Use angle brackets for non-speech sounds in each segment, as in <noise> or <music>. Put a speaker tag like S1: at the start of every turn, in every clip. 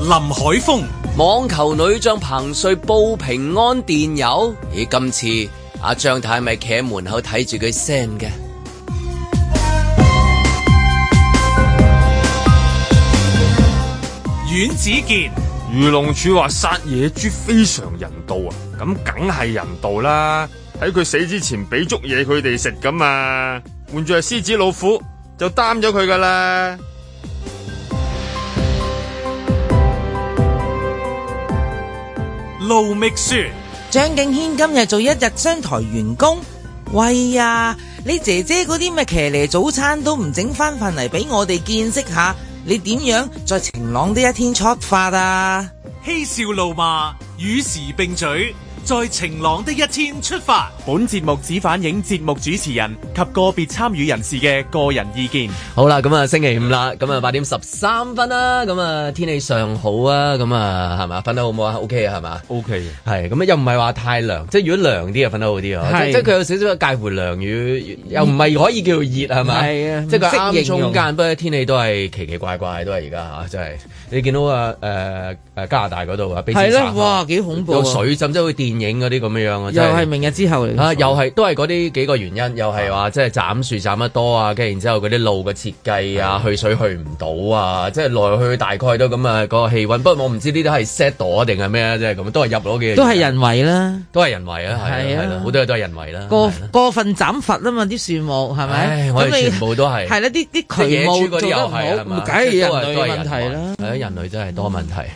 S1: 林海峰、
S2: 網球女將彭帥報平安電郵，咦？今次阿張太咪企喺門口睇住佢 send 嘅。
S1: 阮子健、
S3: 漁農署話殺野豬非常人道啊，咁梗係人道啦。喺佢死之前俾足嘢佢哋食啊噶嘛，換住係獅子老虎就擔咗佢噶啦。
S1: 盧覓雪、
S4: 張敬軒今日做一日商台員工，喂呀！你姐姐嗰啲咩騎呢早餐都唔整翻份嚟俾我哋見識下，你點樣在晴朗的一天出發啊？
S1: 嬉笑怒罵，與時並舉，在晴朗的一天出發。
S5: 本節目只反映節目主持人及個別參與人士嘅個人意見。
S2: 好啦，咁啊星期五啦，咁啊八點十三分啦，咁啊天氣尚好啊，咁啊係嘛，瞓得好唔好啊？OK 啊，係嘛？
S3: O K 嘅，
S2: 係咁啊，又唔係話太涼，即係如果涼啲啊，瞓得好啲啊。即
S5: 係
S2: 即係佢有少少介乎涼與，又唔係可以叫熱係嘛？
S5: 係啊
S2: 即係佢
S5: 唔識
S2: 啱
S5: 形容
S2: 中間，不過天氣都係奇奇怪怪，都係而家嚇，真係你見到啊誒誒加拿大嗰度啊，比斯
S4: 係
S2: 沙
S4: 啦，
S2: 克
S4: 哇，幾恐怖
S2: 有
S4: 啊！
S2: 水浸，即係好似電影嗰啲咁樣樣啊，
S4: 又
S2: 真
S4: 係明日之後嚟嘅
S2: 啊，又係都係嗰啲幾個原因，又係話即係斬樹斬得多啊，跟住然之後嗰啲路嘅設計啊，去水去唔到啊，即係來去大概都咁啊，嗰個氣温。不過我唔知呢啲係 set 到定係咩啊，即係咁，都係啊入攞嘅。
S4: 都係，人為啦，
S2: 都係人為啊，係啊
S4: 係啊
S2: 係啦，好多嘢都係人為啦。
S4: 過
S2: 係啦啊
S4: 過分斬伐啊嘛，啲樹木係咪？
S2: 唉我哋全部都係
S4: 係啦，啲啲
S2: 即係
S4: 渠
S2: 野
S4: 務
S2: 豬
S4: 做
S2: 嗰啲
S4: 得
S2: 又
S4: 唔
S2: 係
S4: 好，
S2: 係
S4: 唔
S2: 嘛，
S4: 梗係
S2: 即
S4: 人
S2: 係都係都
S4: 類
S2: 係
S4: 問題啦。
S2: 係啊人類真係多問題。 <laughs>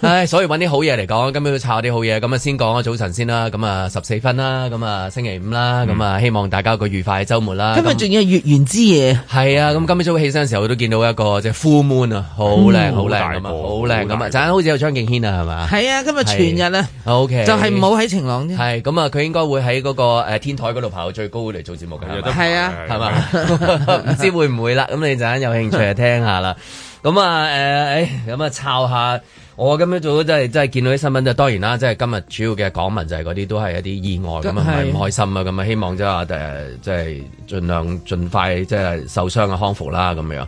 S2: 唉，所以揾啲好嘢嚟講，今日要炒啲好嘢，咁啊先講啊早晨先啦，咁啊十四分啦，咁啊星期五啦，咁啊希望大家有個愉快嘅週末啦。
S4: 今日
S2: 啊咁
S4: 仲要係月圓之夜。
S2: 係啊，咁今朝早起身嘅時候都見到一個即係 full moon 啊，好靚好靚
S3: 好大
S2: 咁啊，
S3: 個
S2: 好靚咁
S3: 好
S2: 啊，
S3: 大
S2: 陣間好似有張敬軒啊，係嘛？
S4: 係啊，今日全日啊，
S2: O K，
S4: 就係唔好喺晴朗啫。
S2: 係咁啊，佢應該會喺嗰個誒天台嗰度爬到最高嚟做節目㗎，係嘛
S4: 係啊
S2: 係 <laughs> 嘛？唔知會唔會啦？咁你陣間有興趣就聽下啦。咁啊誒誒，咁啊抄下。我今日早真係真係見到啲新聞就當然啦，即係今日主要嘅港聞就係嗰啲都係一啲意外咁啊，唔係
S4: 係
S2: 唔開心啊，咁啊希望即係話誒，即係盡量盡快即係受傷嘅康復啦咁樣。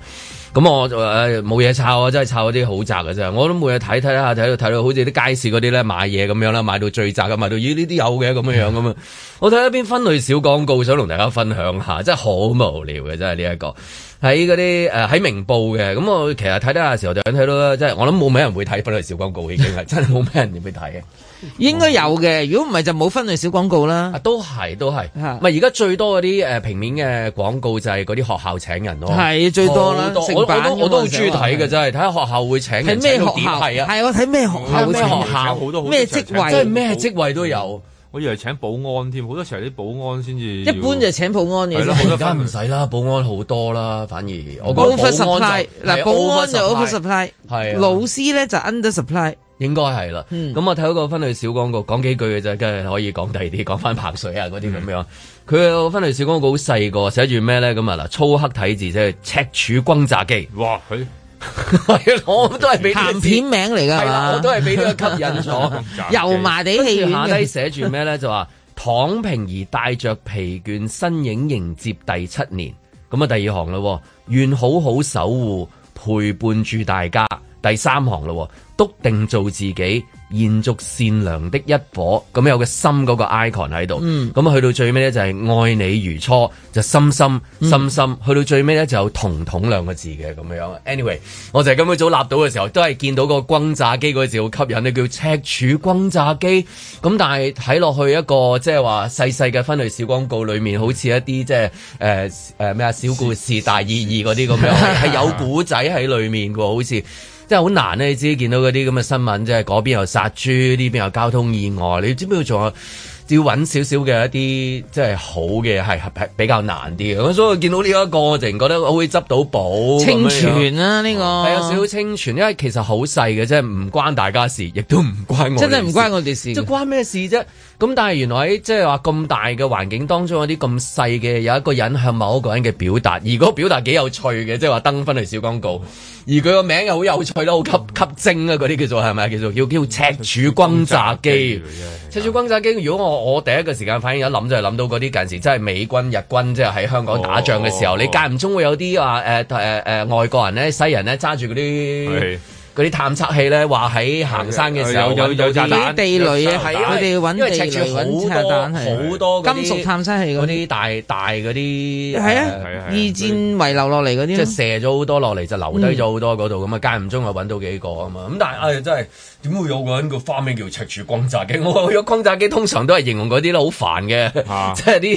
S2: 咁我就誒冇嘢抄啊，真係抄嗰啲好窄嘅啫。我都每日睇睇下，睇到睇到好似啲街市嗰啲咧買嘢咁樣啦，買到最窄嘅，啊買到咦呢啲有嘅咁樣樣咁啊。我睇一邊分類小廣告，想同大家分享下，真係好無聊嘅，真係呢一個喺嗰啲誒喺明報嘅。咁我其實睇睇下時候就想睇到啦，即係我諗冇咩人會睇分類小廣告已經係 <laughs> 真係冇咩人會睇嘅。
S4: 應該有嘅，如果唔係就冇分類小廣告啦
S2: 啊，。都係都係，
S4: 嚇
S2: 唔係而家最多嗰啲誒呃平面嘅廣告就係嗰啲學校請人咯，
S4: 係最多啦
S2: 好多
S4: 成
S2: 我我
S4: 版
S2: 都
S4: 㗎嘛
S2: 我都好中意睇嘅，
S4: 成
S2: 真係睇下學校會請人，
S4: 睇咩學
S2: 請到點
S4: 校？
S2: 係啊，
S4: 係我睇咩學校會
S2: 咩
S5: 哦
S2: 學
S4: 請
S2: 校
S3: 好多
S4: 咩職位
S2: 即係咩職位都有，
S3: 我以為請保安添，好多時候啲保安先至
S4: 一般就請保安
S3: 係
S4: 嘅。
S3: 咯好
S2: 而
S3: 多
S2: 家
S3: 分
S2: 唔
S3: 類
S2: 使啦，保安好多啦，反而我
S4: over
S2: 覺得保
S4: supply
S2: 安就
S4: 嗱，
S2: 係
S4: 保安就 over
S2: oversupply
S4: supply，
S2: 係啊
S4: 老師咧就 under supply。
S2: 應該係啦。
S4: 嗯
S2: 咁我啊睇嗰個分類小廣告，講幾句嘅啫，跟住可以講第二啲，講翻彭水啊嗰啲咁樣。
S4: 嗯
S2: 佢個分類小廣告好細個，寫住咩咧？咁啊嗱，粗黑體字即係赤柱轟炸
S4: <laughs>
S2: 機，
S3: 哇佢
S2: 係啊我都係俾呢個
S4: 鹹片名嚟㗎
S2: 係啦，我
S4: 嘛
S2: 都，係俾呢個吸引咗。
S4: <laughs> 油麻地戲
S2: 跟
S4: 院啊
S2: 住下低
S4: 嘅
S2: 寫住咩咧？就話 <laughs> 躺平而帶着疲倦身影迎接第七年。咁啊，第二行咯，願好好守護陪伴住大家。第三行咯，篤定做自己，延續善良的一顆。咁有個心嗰個 icon 喺度。
S4: 嗯
S2: 咁啊去到最尾咧就係愛你如初，就深深
S4: 嗯
S2: 深深。去到最尾咧就有同統兩個字嘅咁樣。anyway，我就係咁樣早立到嘅時候，都係見到個轟炸機嗰個字好吸引，你叫赤柱轟炸機。咁但係睇落去一個即係話細細嘅分類小廣告裏面，好似一啲即係誒誒咩啊小故事大意義嗰啲
S4: <laughs>
S2: 咁樣，係有古仔喺裏面喎，好似。真係好難咧！你知見到嗰啲咁嘅新聞，即係嗰邊又殺豬，呢邊又交通意外，你知唔知仲有？要揾少少嘅一啲即係好嘅係係比較難啲嘅，咁所以我見到呢一個我突然覺得我會執到寶
S4: 清
S2: 咁樣
S4: 泉啦呢個，
S2: 係有啊少少清泉，因為其實好細嘅啫，唔關大家事，亦都唔關我
S4: 真係唔關
S2: 我，
S4: 我哋事
S2: 即係
S4: 嘅。
S2: 關咩事啫？咁但係原來喺即係話咁大嘅環境當中，有啲咁細嘅有一個人向某一個人嘅表達，而嗰個表達幾有趣嘅，即係話登分類小廣告，而佢個名又好有趣啦，好吸吸睛啊！嗰啲叫做係咪叫做叫叫赤柱轟炸
S3: 哦
S2: 機。赤柱轟炸機，如果我我第一個時間反應一諗就係諗到嗰啲近時真係美軍日軍即係喺香港打仗嘅時候，
S3: 哦
S2: 啊你間唔中會有啲話誒誒誒外國人咧西人咧揸住嗰啲。
S3: 係
S2: 嗰啲探測器咧，話喺行山嘅時候
S3: 有有有
S2: 搵到
S3: 炸
S2: 啲
S3: 彈
S4: 地雷啊，
S2: 係
S4: 係佢哋揾
S2: 因為
S4: 地
S2: 赤
S4: 雷
S2: 柱
S4: 揾炸
S2: 好多
S4: 彈係。
S2: 好多嗰啲
S4: 金屬探測器嗰
S2: 嗰
S4: 啲
S2: 啲大大嗰啲
S4: 係啊
S2: 呃
S3: 係啊
S4: 二戰遺留落嚟嗰啲
S2: 即
S4: 咯
S2: 係射咗好多落嚟，就留低咗好多嗰度咁啊，間唔中又揾到幾個啊嘛。咁但係唉，真係點會有個人個花名叫赤柱轟炸機？我話咗轟炸機通常都係形容嗰啲咯，好煩嘅，
S3: 啊
S2: <laughs> 即係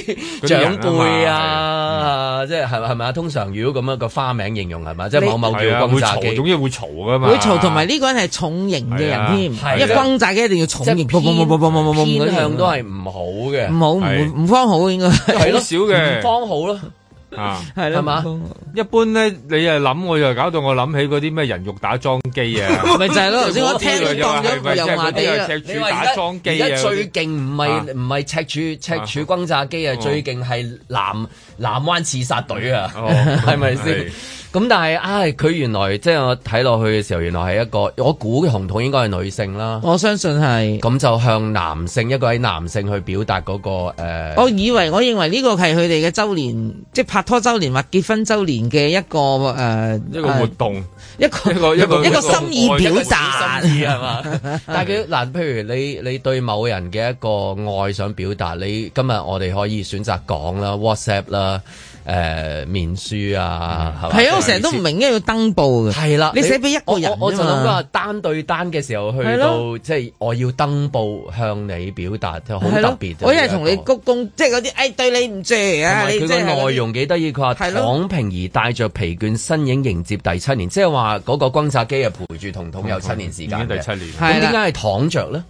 S3: 嗰啲人
S2: 啲長輩啊，即係係咪係咪啊？通常如果咁樣個花名形容係咪？即係
S4: 你
S2: 某某叫
S3: 係啊，會
S2: 轟炸機
S3: 嘈，。總之會嘈噶嘛。
S4: 會嘈，同埋呢個人係重型嘅人添，
S2: 係啊
S4: 因為轟炸機一定要重
S2: 即係
S4: 型，
S2: 偏偏向
S4: 向
S2: 都係唔好嘅，
S4: 唔好唔
S3: 係
S4: 唔方好應該
S2: <laughs> 係
S3: 好少嘅
S2: 唔方好咯，
S3: 啊。
S4: 係
S2: 係嘛
S4: 唔
S3: 一般咧，你又諗我又搞到我諗起嗰啲咩人肉打樁機啊，
S4: 方咪就係咯，頭先我聽
S3: <laughs> 呢個
S4: 到
S3: 又
S4: 當
S3: 係
S4: 咗
S3: 咪即
S4: 油
S3: 係
S4: 麻
S3: 嗰
S4: 地
S3: 啲
S4: 啦
S3: 啊，赤柱
S2: 話
S3: 打
S2: 而家
S3: 樁機
S2: 而
S3: 啊嗰
S2: 家
S3: 啲？
S2: 最勁唔
S3: 啊
S2: 係唔係赤柱赤柱轟炸機啊，
S3: 哦
S2: 最勁係南南灣刺殺隊啊，
S3: 哦
S2: <laughs> 係咪先
S3: 係？
S2: 咁但係唉，佢原來即係我睇落去嘅時候，原來係一個我估嘅紅統應該係女性啦。
S4: 我相信係。
S2: 咁就向男性一個喺男性去表達嗰個呃誒
S4: 我以為我認為呢個係佢哋嘅周年，即係拍拖周年或結婚周年嘅一個誒、呃
S3: 一個活動，
S4: 一個
S3: 一個一個
S4: 一個心
S2: 哦
S4: 意表達
S2: 小心意
S4: <laughs>
S2: 係嘛？但係佢嗱，譬如你你對某人嘅一個愛想表達，你今日我哋可以選擇講啦、WhatsApp 啦、誒面書啊，係嘛
S4: 係啊！我成日都唔明，因為要登報嘅。
S2: 係啦，
S4: 你寫俾一個人
S2: 我我我就
S4: 啫嘛
S2: 諗話單對單嘅時候去
S4: 係
S2: 到
S4: 咯
S2: 即係我要登報向你表達，就好
S4: 係
S2: 特
S4: 咯
S2: 別。啊
S4: 我一係同你
S2: 呢一個
S4: 鞠躬，即係嗰啲，哎，對你唔住
S2: 同
S4: 啊！
S2: 埋
S4: 你
S2: 佢
S4: 即
S2: 個
S4: 係嗰啲
S2: 內容幾得意，佢話
S4: 係咯
S2: 躺平而帶着疲倦身影迎接第七年，即係話嗰個轟炸機係陪住彤彤有七年時
S3: 已經
S2: 間
S3: 第
S2: 嘅。
S3: 七年啦，
S2: 咁
S4: 係
S2: 點
S4: 啦。
S2: 解係躺着咧？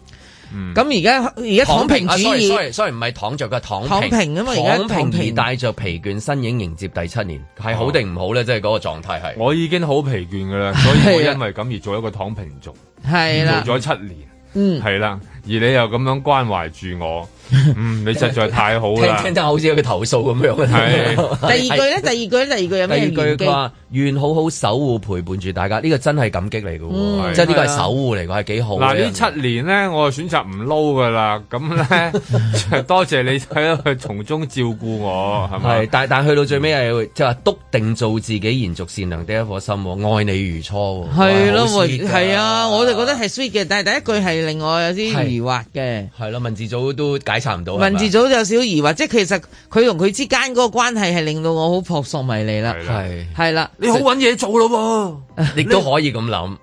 S4: 咁而家而家躺平主義，
S2: ，sorry sorry 啊唔係躺着嘅躺平
S4: 躺平啊嘛而家躺
S2: 躺平而
S4: 平
S2: 帶着疲倦身影迎接第七年，係好定唔好咧？即係嗰個狀態係。
S3: 我已經好疲倦噶啦，所以我
S4: 係啊
S3: 因為咁而做一個躺平族，
S4: 係啦，
S3: 做咗七年，
S4: 嗯，
S3: 係啦，而你又咁樣關懷住我，嗯，你實在太好
S2: 聽
S3: 啦
S2: <laughs> 聽，得好似有佢投訴咁樣 <laughs>
S3: 係
S4: <laughs> 第二句咧，第二句咧，第二句有
S2: 第
S4: 咩
S2: 二
S4: 玄
S2: 句
S4: 機
S2: 佢？話願好好守護陪伴住大家，呢個真係感激嚟嘅喎，
S4: 嗯
S2: 即係呢個係
S4: 係啊
S2: 守護嚟嘅，係幾好嘅。啊
S3: 嗱呢七年咧，我就選擇唔撈噶啦，咁咧多謝你喺度從中照顧我，係咪
S2: 係，？但但去到最尾係即係話篤定做自己，延續善良的一顆心喎，愛你如初喎。
S4: 係咯，
S2: 哇好
S4: 我
S2: sweet 㗎
S4: 係啊，我就覺得係 sweet 嘅，但係第一句係令我有
S2: 係啊
S4: 啲疑惑嘅。
S2: 係咯，文字組都解拆唔到。
S4: 文字
S2: 組
S4: 組有少少疑惑，即係其實佢同佢之間嗰個關係係令到我好撲朔迷離啦。
S3: 係啦
S2: 係，
S4: 係啦，
S6: 你好揾嘢做咯
S2: 亦都可以咁諗，
S6: 喎，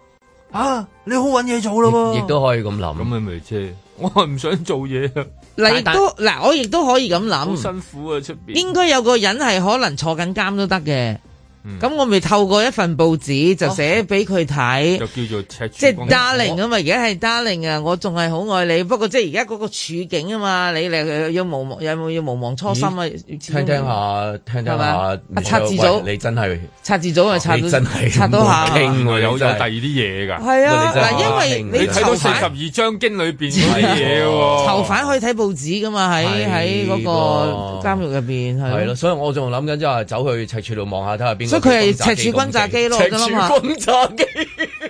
S6: 啊，你好揾嘢做咯
S2: 亦
S6: 喎，
S2: 亦都可以咁諗。
S3: 咁你咪即係 <laughs> 我係唔想做嘢
S4: 嗯
S3: 啊，
S4: 嗱亦都嗱，我亦都可以咁
S3: 好
S4: 諗，
S3: 辛苦啊出邊。
S4: 應該有個人係可能坐緊監都得嘅。
S3: 嗯
S4: 咁我咪透過一份報紙
S2: 哦
S4: 就寫俾佢睇
S3: 就。叫做赤柱
S4: 即係
S3: 光
S4: darling 啊嘛，而家係 darling 啊，我仲係好愛你。不過即係而家嗰個處境啊嘛，你你要無有冇要無忘初心啊？
S2: 嗯聽
S4: 聽
S2: 聽，下，聽聽
S4: 係嘛
S2: 下
S4: 啊，
S2: 喂
S4: 拆字組
S2: 你真係
S4: 拆字組啊，拆
S2: 你
S4: 到
S2: 真係
S4: 拆到下，
S2: 冇
S3: 原
S2: 傾
S3: 來有
S2: 喎
S3: 有第
S2: 你真係
S3: 二啲嘢㗎。
S4: 係
S2: 喂你
S4: 啊
S2: 真係
S4: 嗱，因為
S2: 你
S3: 你
S4: 你
S3: 睇
S4: 囚
S3: 到四十
S4: 犯
S3: 二章經裏邊嗰啲嘢喎，
S4: 囚犯可以睇報紙噶嘛，喺
S2: 係
S4: 喺嗰
S2: 喎
S4: 個監獄入邊
S2: 係
S4: 係
S2: 咯，
S4: 咯。
S2: 所以我仲諗緊即係走去赤柱度望下睇下邊個
S4: 所以
S2: 叫轟
S4: 佢
S2: 炸
S4: 係
S2: 機
S4: 赤柱
S2: 咁勁。
S4: 轟炸機咯我諗下
S2: 赤柱轟炸機，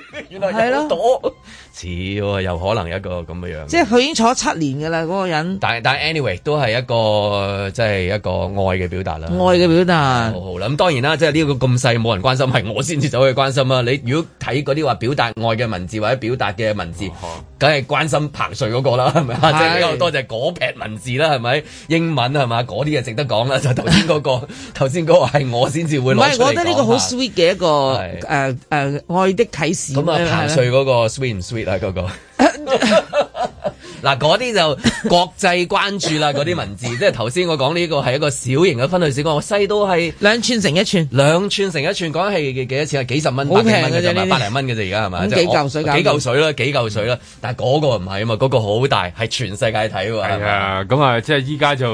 S4: <laughs>
S2: 原來有
S4: 係咯
S2: 朵似喎，有可能一個咁嘅樣。
S4: 即係佢已經坐七年噶啦，嗰個人
S2: 但但 anyway 都係一個即係一個愛嘅表達啦，
S4: 愛嘅表達
S2: 哦好。好啦。咁當然啦，即係呢個咁細冇人關心，係我先至走去關心啦。啊你如果睇嗰啲話表達愛嘅文字或者表達嘅文
S4: 哦
S2: 字，梗係關心彭帥嗰個啦，係咪啊？即係比較多就係嗰撇文字啦，係咪？英文啊係嘛？嗰啲嘢值得講啦。就頭先嗰
S4: <laughs>
S2: 個，頭先嗰個係我先至會
S4: 唔
S2: 攞出嚟
S4: 係，我覺得呢個好
S2: 講下
S4: sweet 嘅一個
S2: 係
S4: 誒誒愛的啟示。
S2: 咁啊，彭帥嗰個 sweet 唔 sweet 啊？
S4: <laughs>
S2: 嗰個嗱，嗰啲就國際關注啦，嗰啲文字，即係頭先我講呢個係一個小型嘅分類小講，我西都係
S4: 兩寸成一寸。
S2: 兩寸成一寸，講係幾幾多錢啊？幾十蚊、
S4: 好
S2: 百幾
S4: 平
S2: 蚊
S4: 嘅
S2: 嘅
S4: 啫
S2: 啫嘛，
S4: 呢啲
S2: 百零蚊嘅啫，而家係嘛？
S4: 咁
S2: 即係我
S4: 幾嚿水
S2: 幾
S4: 搞掂
S2: 嚿水啦，幾嚿水啦，但係嗰個唔係啊嘛，嗰個好大，係全世界睇喎。係
S3: 係
S2: 咪
S3: 啊，咁啊，即係依家就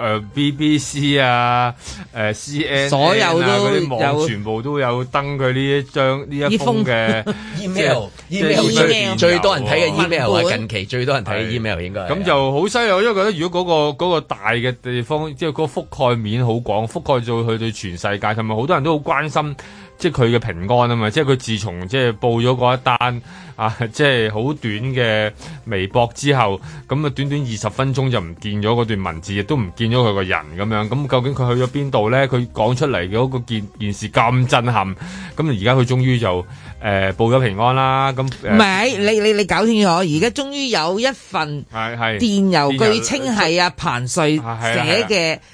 S3: 呃誒 BBC 啊，誒 CNN 啊
S4: 所有都
S3: 嗰啲網
S4: 有
S3: 全部都有登佢呢一張呢一封
S4: 呢封
S3: 嘅
S2: email
S3: 即係
S2: email 最
S4: email
S2: 最多人睇嘅 email 啊，
S4: 文本
S2: 近期最多人睇嘅
S3: 係
S2: email 應該係
S3: 咁就好犀利，我因為覺得如果嗰、個嗰個大嘅地方，即係嗰覆蓋面好廣，覆蓋到去對全世界，同埋好多人都好關心，即係佢嘅平安啊嘛。即係佢自從即係報咗嗰一單啊， <laughs> 即係好短嘅微博之後，咁啊短短二十分鐘就唔見咗嗰段文字，亦都唔見咗佢個人咁樣。咁究竟佢去咗邊度咧？佢講出嚟嘅嗰個件件事咁震撼，咁而家佢終於就誒、呃、報咗平安啦。咁呃
S4: 唔
S3: 誒
S4: 係你你你搞清楚，而家終於有一份
S3: 係係
S4: 電郵，據稱
S3: 電郵
S4: 係阿彭帥
S3: 啊係啊
S4: 寫
S3: 係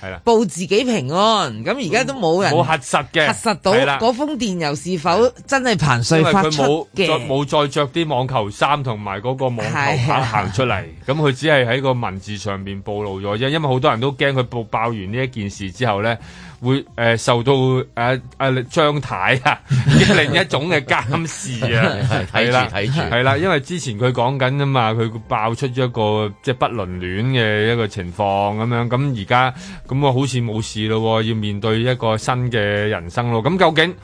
S4: 嘅
S3: 啦，
S4: 報自己平安。咁而家都冇人
S3: 冇核實嘅，
S4: 核實到
S3: 係啦
S4: 嗰封電郵是否真係彭
S3: 因
S4: 帥
S3: 為
S4: 發
S3: 佢冇
S4: 出
S3: 再
S4: 嘅。
S3: 冇再着啲網球衫同埋嗰個網球
S4: 係啊
S3: 拍行出嚟，咁佢只係喺個文字上面暴露咗啫。因為好多人都驚佢爆爆完呢一件事之後咧，會誒、呃受到誒誒、呃張太啊 <laughs> 嘅另一種嘅監視啊，係
S2: 係睇住
S3: 啦
S2: 睇住
S3: 係啦，因為之前佢講緊啊嘛，佢爆出咗一個即係不倫戀嘅一個情況咁樣，咁而家咁啊我好似冇事咯喎，要面對一個新嘅人生咯。咁究竟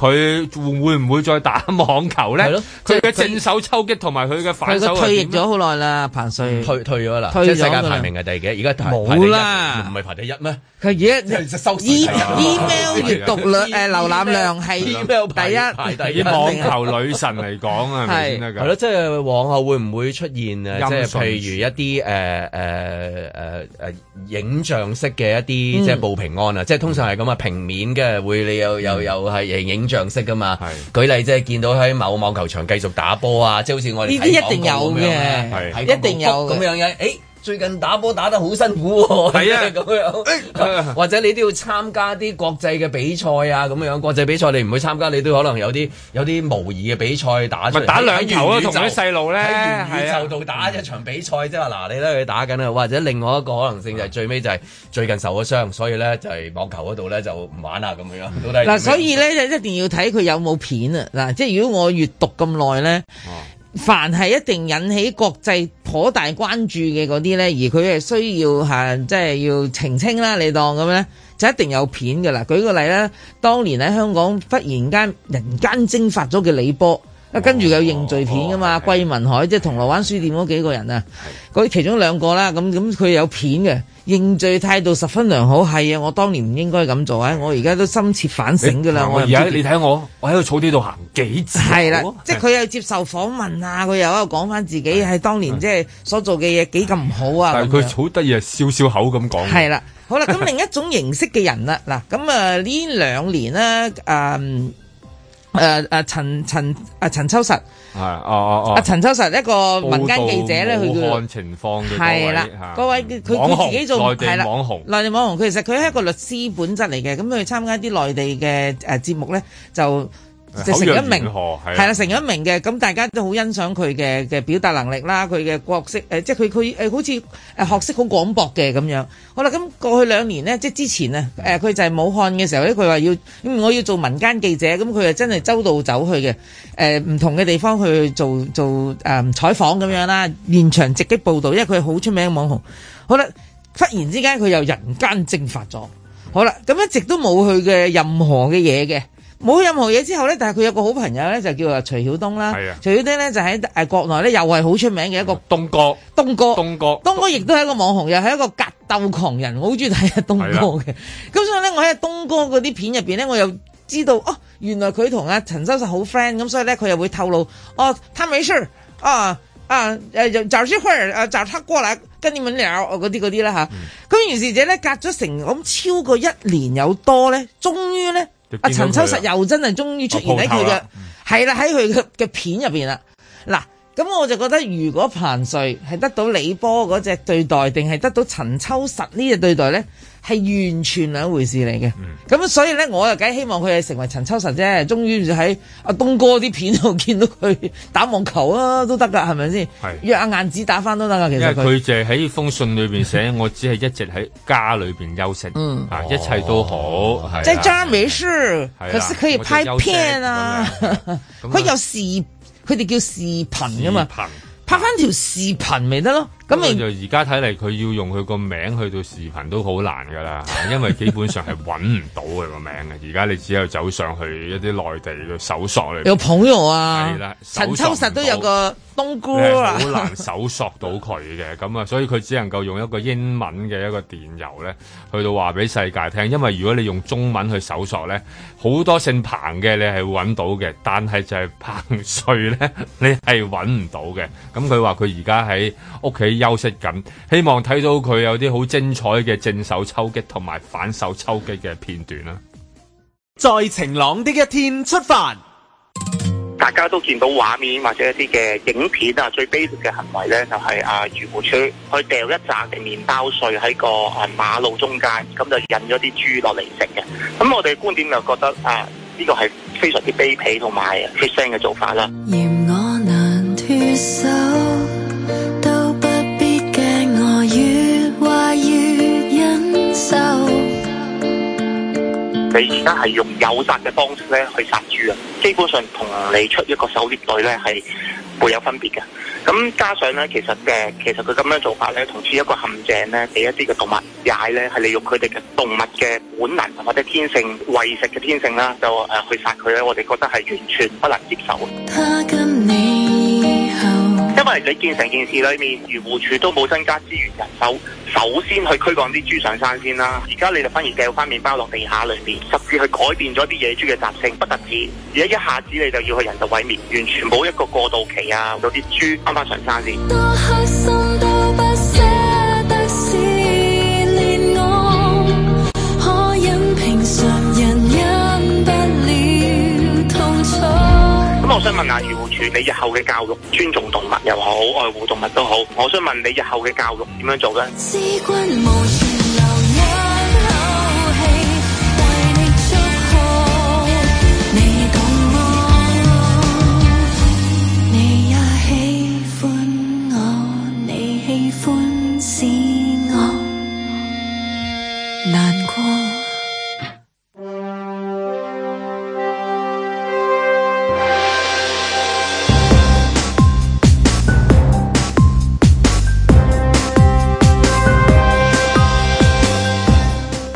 S3: 佢會唔會再打網球
S2: 係
S3: 咧
S2: 咯？
S3: 佢嘅
S2: 即係佢
S3: 正手抽擊同埋佢嘅
S4: 佢
S3: 反手
S4: 個
S3: 係
S4: 退役
S3: 點呢啊嗯
S4: 咗好耐啦，彭帥。
S2: 退退咗啦，
S4: 退
S2: 即係世
S4: 咗
S2: 界
S4: 㗎啦
S2: 排名係第幾？而家排
S4: 冇
S2: 排第一
S4: 啦
S2: 唔係排第
S4: <laughs>
S2: 一咩
S4: 佢而家
S2: 係收視
S4: E-
S2: 係啊
S4: email 閱讀量
S3: <laughs> 啊
S4: 誒瀏覽量係
S2: <laughs> Email 排
S4: 第
S2: 排
S4: 一，
S2: 第一
S3: 以網球女神嚟講啊，係咪先得
S2: 係咯，
S3: 㗎？
S2: 即係往後會唔會出現誒，即係
S3: 音訊
S2: 譬如一啲誒誒誒誒影像式嘅一啲即係報平安啊，即係通常係咁啊，平面嘅會你又又又係影像式噶嘛。舉
S3: 係
S2: 例即係見到喺某網球場繼續打波啊，即係好似我哋
S4: 呢啲
S2: 睇
S4: 一定有
S2: 廣告咁樣咧
S3: 嘅
S2: 睇
S4: 係一定有
S2: 廣告咁樣嘅，誒。最近打波打得好辛苦喎，
S3: 係啊
S2: <laughs> 咁樣，
S3: 誒
S2: 或者你都要參加啲國際嘅比賽啊，咁樣國際比賽你唔會參加，你都可能有啲有啲模擬嘅比賽打出嚟。
S3: 咪打兩球啊，
S2: 喺元宇宙
S3: 同啲細路咧，
S2: 喺元宇
S3: 係啊
S2: 宙度打一場比賽，即係話嗱，你咧佢打緊啊，或者另外一個可能性就係最尾就係最近受咗傷，所以咧就係網球嗰度咧就唔玩啦咁樣。到底係點樣
S4: 嗱，所以咧就一定要睇佢有冇片啊！嗱，即係如果我閱讀咁耐咧，凡係一定引起國際頗大關注嘅嗰啲咧，而佢係需要嚇，即係要澄清啦，你當咁咧。就一定有片㗎啦！舉個例啦，當年喺香港忽然間人間蒸發咗嘅李波，啊跟住有認罪片㗎嘛，
S3: 哦哦
S4: 桂民海即係銅鑼灣書店嗰幾個人啊，嗰其中兩個啦，咁咁佢有片嘅認罪態度十分良好，係啊，我當年唔應該咁做啊，我而家都深切反省㗎啦，
S3: 我
S4: 我
S3: 而家你啊睇我，我喺個草地度行幾次，
S4: 係啦，即係佢又接受訪問啊，佢又喺度講翻自己係當年即係所做嘅嘢幾咁唔好啊，
S3: 但
S4: 咁
S3: 係
S4: 樣
S3: 佢好得意啊，笑笑口咁講。
S4: 係啦，好啦，
S3: <laughs>
S4: 咁另一種形式嘅人啦，嗱，咁啊呢兩年咧，誒誒誒呃陳陳啊陳秋實
S3: 係哦哦哦
S4: 啊。陳秋實一個民間記者咧，
S3: 報
S4: 佢
S3: 道武
S4: 叫
S3: 漢情況嘅
S4: 係啦，嗰
S3: 嗰
S4: 位
S3: 位
S4: 佢
S3: 網
S4: 佢
S3: 紅
S4: 自己做
S3: 內地
S4: 係啦
S3: 網紅，
S4: 內地網紅，佢其實佢係一個律師本質嚟嘅，咁佢參加啲內地嘅誒節目咧，就就成一名。
S3: 係啊
S4: 係啦，成咗名嘅，咁大家都好欣賞佢嘅嘅表達能力啦，佢嘅角色誒、呃即係佢佢誒好似誒學識好廣博嘅咁樣。好啦，咁過去兩年呢，即係之前啊，誒、佢就係武漢嘅時候咧，佢話要嗯我要做民間記者，咁佢就真係周到走去嘅，誒、唔同嘅地方去做做誒、採訪咁樣啦，現場直擊報導，因為佢係好出名嘅網紅。好啦，忽然之間佢又人間蒸發咗。好啦，咁一啊直都冇佢嘅任何嘅嘢嘅，冇任何嘢之後咧，但係佢有個好朋友咧，就叫啊徐曉東啦
S3: 係啊。嗯
S4: 徐曉東咧就喺誒國內咧又係好出名嘅一個
S3: 東哥，
S4: 東哥。
S3: 東哥，
S4: 東哥亦都係一個網紅，又係一個格鬥狂人，我好中意睇阿東
S3: 係啦
S4: 哥嘅。咁所以咧，我喺東哥嗰啲片入邊咧，我又知道哦，原來佢同阿陳修實好 friend，咁所以咧佢又會透露哦，他沒事啊啊誒，找機會啊找他過來跟你們聊哦嗰啲嗰啲啦吓。
S3: 嗯
S4: 咁於是者咧，隔咗成咁超過一年有多咧，終於咧
S3: 就見到
S4: 阿陳秋
S3: 佢啦
S4: 實又真係終於出現喺佢
S3: 我鋪頭
S4: 嘅
S3: 啦
S4: 係啦，喺佢嘅嘅片入邊啦。嗱，咁我就覺得，如果彭帥係得到李波嗰只對待，定係得到陳秋實呢只對待呢，係完全兩回事嚟嘅。
S3: 嗯
S4: 咁、所以呢，我又梗係希望佢係成為陳秋實啫。終於就喺阿東哥啲片度見到佢打網球啊，都得㗎，係咪先
S3: 係？
S4: 約阿晏子打翻都得㗎，其
S3: 因為
S4: 實佢。
S3: 佢就係喺封信裏邊寫，我只係一直喺家裏邊休息，
S4: 嗯
S3: 啊，一切都好，係
S4: 哦即係
S3: 啦
S4: 家美事，
S3: 係
S4: 可
S3: 啦
S4: 是可以拍片啊 <laughs>
S3: 我就休息咁樣！咁啊
S4: 佢有視，佢哋叫視頻㗎嘛，
S3: 視頻
S4: 拍翻條視頻咪得咯。咁
S3: 不過啊就
S4: 你
S3: 而家睇嚟，佢要用佢個名去到視頻都好難噶啦， <laughs> 因為基本上係揾唔到佢個名嘅。而家你只有走上去一啲內地嘅搜索裏邊
S4: 有朋友啊
S3: 係啦，
S4: 陳秋實都有個冬菇
S3: 你係
S4: 啊
S3: 好，難搜索到佢嘅，咁啊，所以佢只能夠用一個英文嘅一個電郵咧，去到話俾世界聽。因為如果你用中文去搜索咧，好多姓彭嘅你係會揾到嘅，但係就係彭帥咧，你係揾唔到嘅。咁佢話佢而家喺屋企休息緊，希望睇到佢有啲好精彩嘅正手抽擊同埋反手抽擊嘅片段啦。
S5: 在晴朗的一天出發。
S7: 大家都見到畫面或者一啲嘅影片啊，最卑劣嘅行為咧就係、啊漁護署去掉一紮嘅麵包碎喺個啊馬路中間，咁就引咗啲豬落嚟食嘅。咁我哋觀點就覺得啊，呢個係非常之卑鄙同埋血腥嘅做法啦。
S8: 嫌我難脱手，都不必驚我越壞越忍受。
S7: 你而家係用誘殺嘅方式咧去殺豬啊，基本上同你出一個狩獵隊咧係會有分別嘅。咁加上咧，其實嘅其實佢咁樣做法咧，同似一個陷阱咧，俾一啲嘅動物踩咧，係利用佢哋嘅動物嘅本能或者天性餵食嘅天性啦，就誒、呃去殺佢咧，我哋覺得係完全不能接受嘅。
S8: 他跟你以後，
S7: 因為你見成件事裏面，漁護署都冇增加資源人手，首先去驅趕啲豬上山先啦。而家你就反而掉翻麵包落地下裏面，甚至去改變咗啲野豬嘅習性，不特止，而家一下子你就要去人道毀滅，完全冇一個過渡期啊，有啲豬翻翻上山先。
S8: 多開心都不捨得試煉我，可忍平常人忍不了痛楚。
S7: 咁我想問下漁護署，你日後嘅教育尊重動物又好，愛護動物都好，我想問你日後嘅教育點樣做呢？
S8: 知君無存留一口氣，大力祝賀你懂我，你也喜歡我，你喜歡使我難過。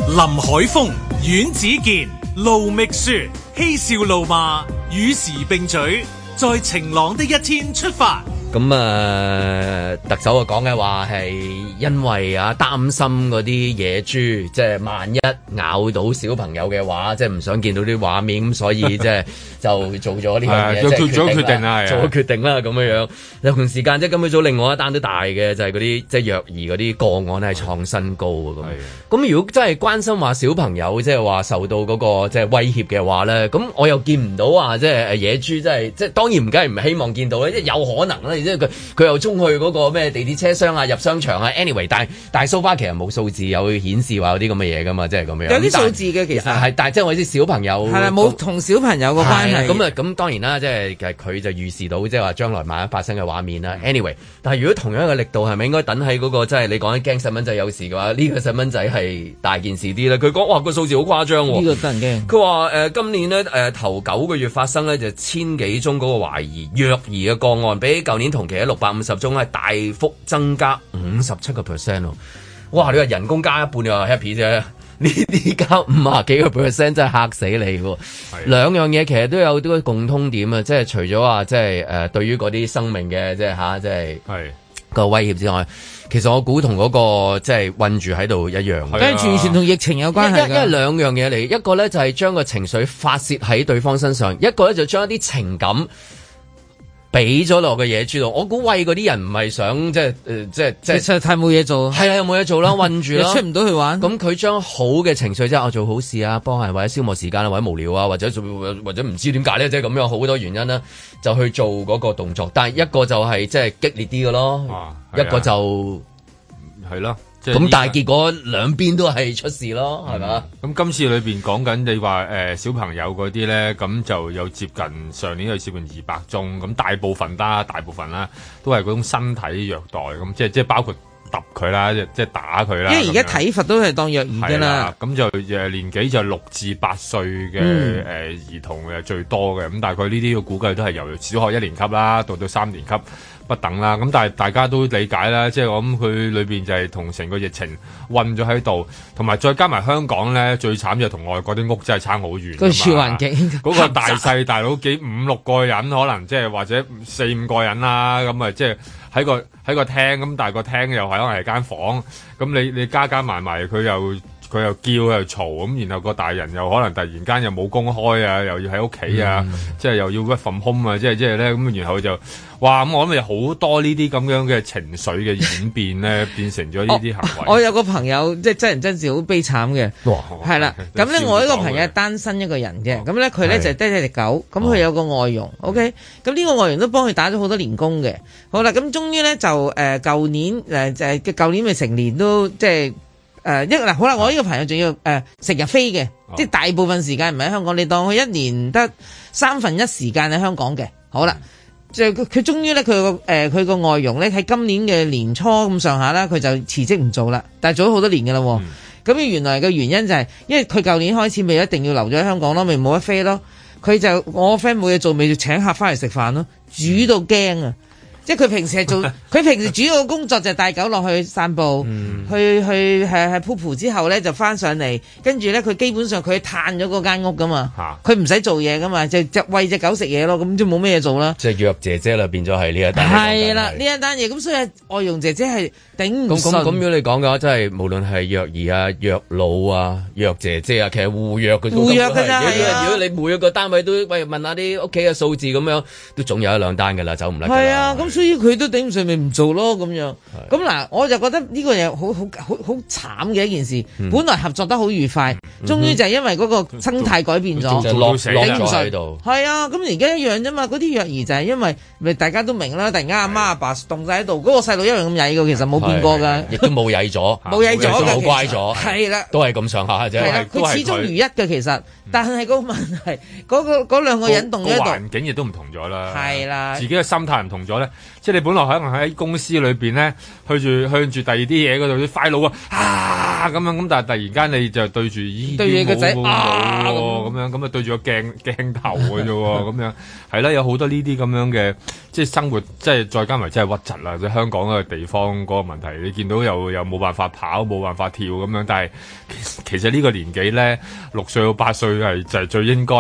S1: 林海峰、阮子健、盧覓雪，嬉笑怒罵，與時並舉，在晴朗的一天出發。
S2: 咁啊，特首啊講嘅話係因為啊擔心嗰啲野豬，即係萬一咬到小朋友嘅話，即係唔想見到啲畫面，咁所以即係就做咗呢樣
S3: 係
S2: 嘢，
S3: 就
S2: 即係
S3: 做咗決定
S2: 啦
S3: 啦係啊
S2: 做咗決定啦咁樣樣。有同時間即係今朝早另外一單都大嘅，就係嗰啲即係虐兒嗰啲個案係創新高啊咁
S3: 係。
S2: 咁如果真係關心話小朋友即係話受到嗰、個即係威脅嘅話咧，咁我又見唔到話即係誒野豬真係即係當然唔梗係唔希望見到啦，即係有可能啊啦，即係佢佢又衝去嗰個咩地鐵車廂啊、入商場啊，anyway，但係但係 so far 其實冇數字有顯示話有啲咁嘅嘢噶嘛，即係咁樣。
S4: <laughs> 有啲數
S2: 咁
S4: 字嘅其
S2: 但
S4: 實
S2: 係但係即係我啲小朋友
S4: 係啦，冇同小朋友個關
S2: 係
S4: 係
S2: 啊咁啊，咁當然啦，即係其實佢就預示到即係話將來萬一發生嘅畫面啦。anyway，但係
S4: 嗯
S2: 如果同樣嘅力度，係咪應該等喺嗰個即係你講緊驚細蚊仔有事嘅話，呢個細蚊仔係大件事啲咧？佢講哇個數字好誇張
S4: 呢
S2: 喎。
S4: 個得人驚。
S2: 佢話誒今年咧誒、頭九個月發生咧就千幾宗嗰個懷疑虐兒嘅個案，比舊年同期嘅六百五十宗咧大幅增加五十七個 percent 喎。哇！你話人工加一半你話 happy 啫，呢啲加五啊幾個 percent 真係嚇死你喎。兩樣嘢其實都有啲共通點啊，即係除咗話即係誒對於嗰啲生命嘅即係吓，即係
S3: 係
S2: 個威脅之外，其實我估同嗰、個即係困住喺度一樣。
S3: 係啊
S4: 跟住完全同疫情有關
S2: 因
S4: 係
S2: 因因為
S4: 㗎。
S2: 兩樣嘢嚟，一個咧就係將個情緒發泄喺對方身上，一個咧就將一啲情感。俾咗落個野豬度，我估喂嗰啲人唔係想即係、呃、即係即
S4: 即
S2: 係
S4: 係太冇嘢做，
S2: 係啦，有冇嘢做啦，
S4: <laughs>
S2: 韞住
S4: 又
S2: 啦
S4: 出。唔到去玩。
S2: 咁佢將好嘅情緒即係我做好事啊，幫人或者消磨時間啊，或者無聊啊，或者做或者唔知點解咧，即係咁樣好多原因啦，就去做嗰個動作。但係一個就係即係激烈啲嘅咯，
S3: 啊
S2: 一個就
S3: 係咯，即係
S2: 咁
S3: 呢，
S2: 但係結果兩邊都係出事咯，係
S4: 啊
S2: 嘛？
S3: 咁今次裏邊講緊你話誒、呃小朋友嗰啲咧，咁就有接近上年有接近二百宗，咁大部分啦，大部分啦，都係嗰種身體虐待，咁即係即係包括揼佢啦，即係即係打佢
S4: 嗯因
S3: 啦。
S4: 為而家
S3: 咁樣
S4: 體罰都係當虐兒
S3: 係
S4: 㗎啦，，
S3: 咁就誒年紀就六至八歲嘅呃誒
S4: 嗯
S3: 兒童誒最多嘅，咁大概呢啲要估計都係由小學一年級啦，到到三年級，不等啦。咁但係大家都理解啦，即係我諗佢裏邊就係同成個疫情混咗喺度，同埋再加埋香港咧最慘就同外國啲屋真係差好遠㗎嘛。
S4: 個住環境 <laughs>
S3: 嗰個大細大佬幾五六個人可能即係或者四五個人啦，咁啊即係喺個喺個廳咁，但係個廳又係可能係間房，咁你你加加埋埋佢又佢又叫又嘈，咁然後個大人又可能突然間又冇公開啊，又要喺屋企啊，
S4: 嗯
S3: 即係又要 work from home 啊，即係即係咧咁，然後就哇咁我諗有好多呢啲咁樣嘅情緒嘅演變咧，變成咗呢啲行為。
S4: 哦我有個朋友即係真人真事好悲慘嘅，
S3: 啊
S4: 係
S3: <laughs>
S4: 啦。咁咧，我呢個朋友係單身一個人嘅，咁咧佢咧就係得一隻狗，咁佢有個外佣，OK，咁呢個外佣都幫佢打咗好多年工嘅。好啦，咁終於咧就誒舊年誒呃就係舊年咪成年都即係。誒一嗱好啦，我呢個朋友仲要誒、呃食日飛嘅，即係大部分時間唔喺香港，你當佢一年得三分一時間喺香港嘅，好啦。就佢佢終於咧，佢個誒佢個外傭咧喺今年嘅年初咁上下啦，佢就辭職唔做啦，但係做咗好多年嘅啦喎。咁、原來嘅原因就係、因為佢舊年開始咪一定要留咗喺香港咯，咪冇得飛咯。佢就我 friend 冇嘢做，咪要請客翻嚟食飯咯，煮到驚啊！即係佢平時係做，佢平時主要嘅工作就係帶狗落去散步，去去係係 p o o 之後咧就翻上嚟，跟住咧佢基本上佢嘆咗嗰間屋噶嘛
S3: 嚇，
S4: 佢唔使做嘢噶嘛，就就餵只狗食嘢咯，咁就冇咩嘢做啦。
S2: 即係約姐姐啦，變咗係呢一單。
S4: 係啦，呢一單嘢咁，所以外傭姐姐係頂唔
S2: 咁咁咁，如
S4: 順，
S2: 果你講嘅話，真係無論係約兒啊、約老啊、約姐姐啊，其實互約嘅啫。
S4: 互約㗎咋
S2: 如果
S4: 係啊
S2: 如果你每一個單位都喂問下啲屋企嘅數字咁樣，都總有一兩單㗎啦，走唔甩㗎啦。
S4: 係啊，咁所以佢都頂唔順，咪唔做咯咁樣。咁嗱，我就覺得呢個嘢好好好好慘嘅一件事。本來合作得好愉快，終於就係因為嗰個生態改變咗。
S2: 就落
S3: 做到
S2: 落
S3: 死啦
S2: 咗
S4: 頂唔
S2: 喺
S4: 順
S2: 度。
S4: 係啊，咁而家一樣啫嘛。嗰啲虐兒就係因為咪大家都明啦，突然間阿媽阿爸凍晒喺度，嗰個細路一樣咁曳嘅，其實冇變過㗎，
S2: 亦都冇曳咗，
S4: <laughs> 冇曳咗㗎，
S2: 冇乖咗，
S4: 係啦。
S2: 都係咁上下啫。
S4: 係啦，
S3: 都係嗯
S4: 佢始終如一嘅其實，但係個問題，嗰、個嗰兩個人動咗
S3: 個
S4: 喺度，
S3: 環境亦都唔同咗啦，
S4: 係啦
S3: 自己嘅心態唔同咗咧，即係你本來可能喺公司裏邊咧，去住向住第二啲嘢嗰度啲快佬啊啊咁樣，咁但係突然間你就對住咦
S4: 對住個仔
S3: 冇
S4: 啊
S3: 冇喎咁樣，咁啊對住個鏡 <laughs> 鏡頭嘅啫喎，咁樣係啦，有好多呢啲咁樣嘅即係生活，即係再加埋真係屈窒啦，即係香港嘅地方嗰個問題，你見到又又冇辦法跑，冇辦法跳咁樣，但係其其實呢個年紀咧，六歲到八歲係就係最應該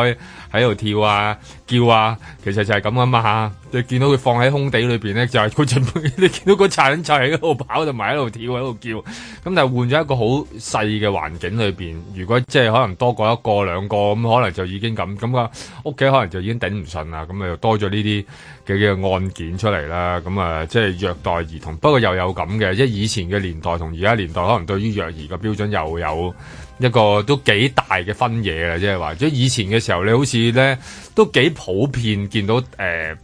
S3: 喺度跳啊、叫啊，其實就係咁啊嘛。你見到佢放喺空地裏邊咧，就係佢盡你見到個殘就喺度跑同埋喺度跳喺度叫。咁但係換咗一個好細嘅環境裏邊，如果即係可能多過一個兩個咁，可能就已經咁咁啊，屋企可能就已經頂唔順啦。咁啊又多咗呢啲嘅嘅案件出嚟啦。咁啊即係虐待兒童，不過又有咁嘅，即係以前嘅年代同而家年代，可能對於虐兒嘅標準又有。一個都幾大嘅分野啦，即係話，即係以前嘅時候，你好似咧都幾普遍見到誒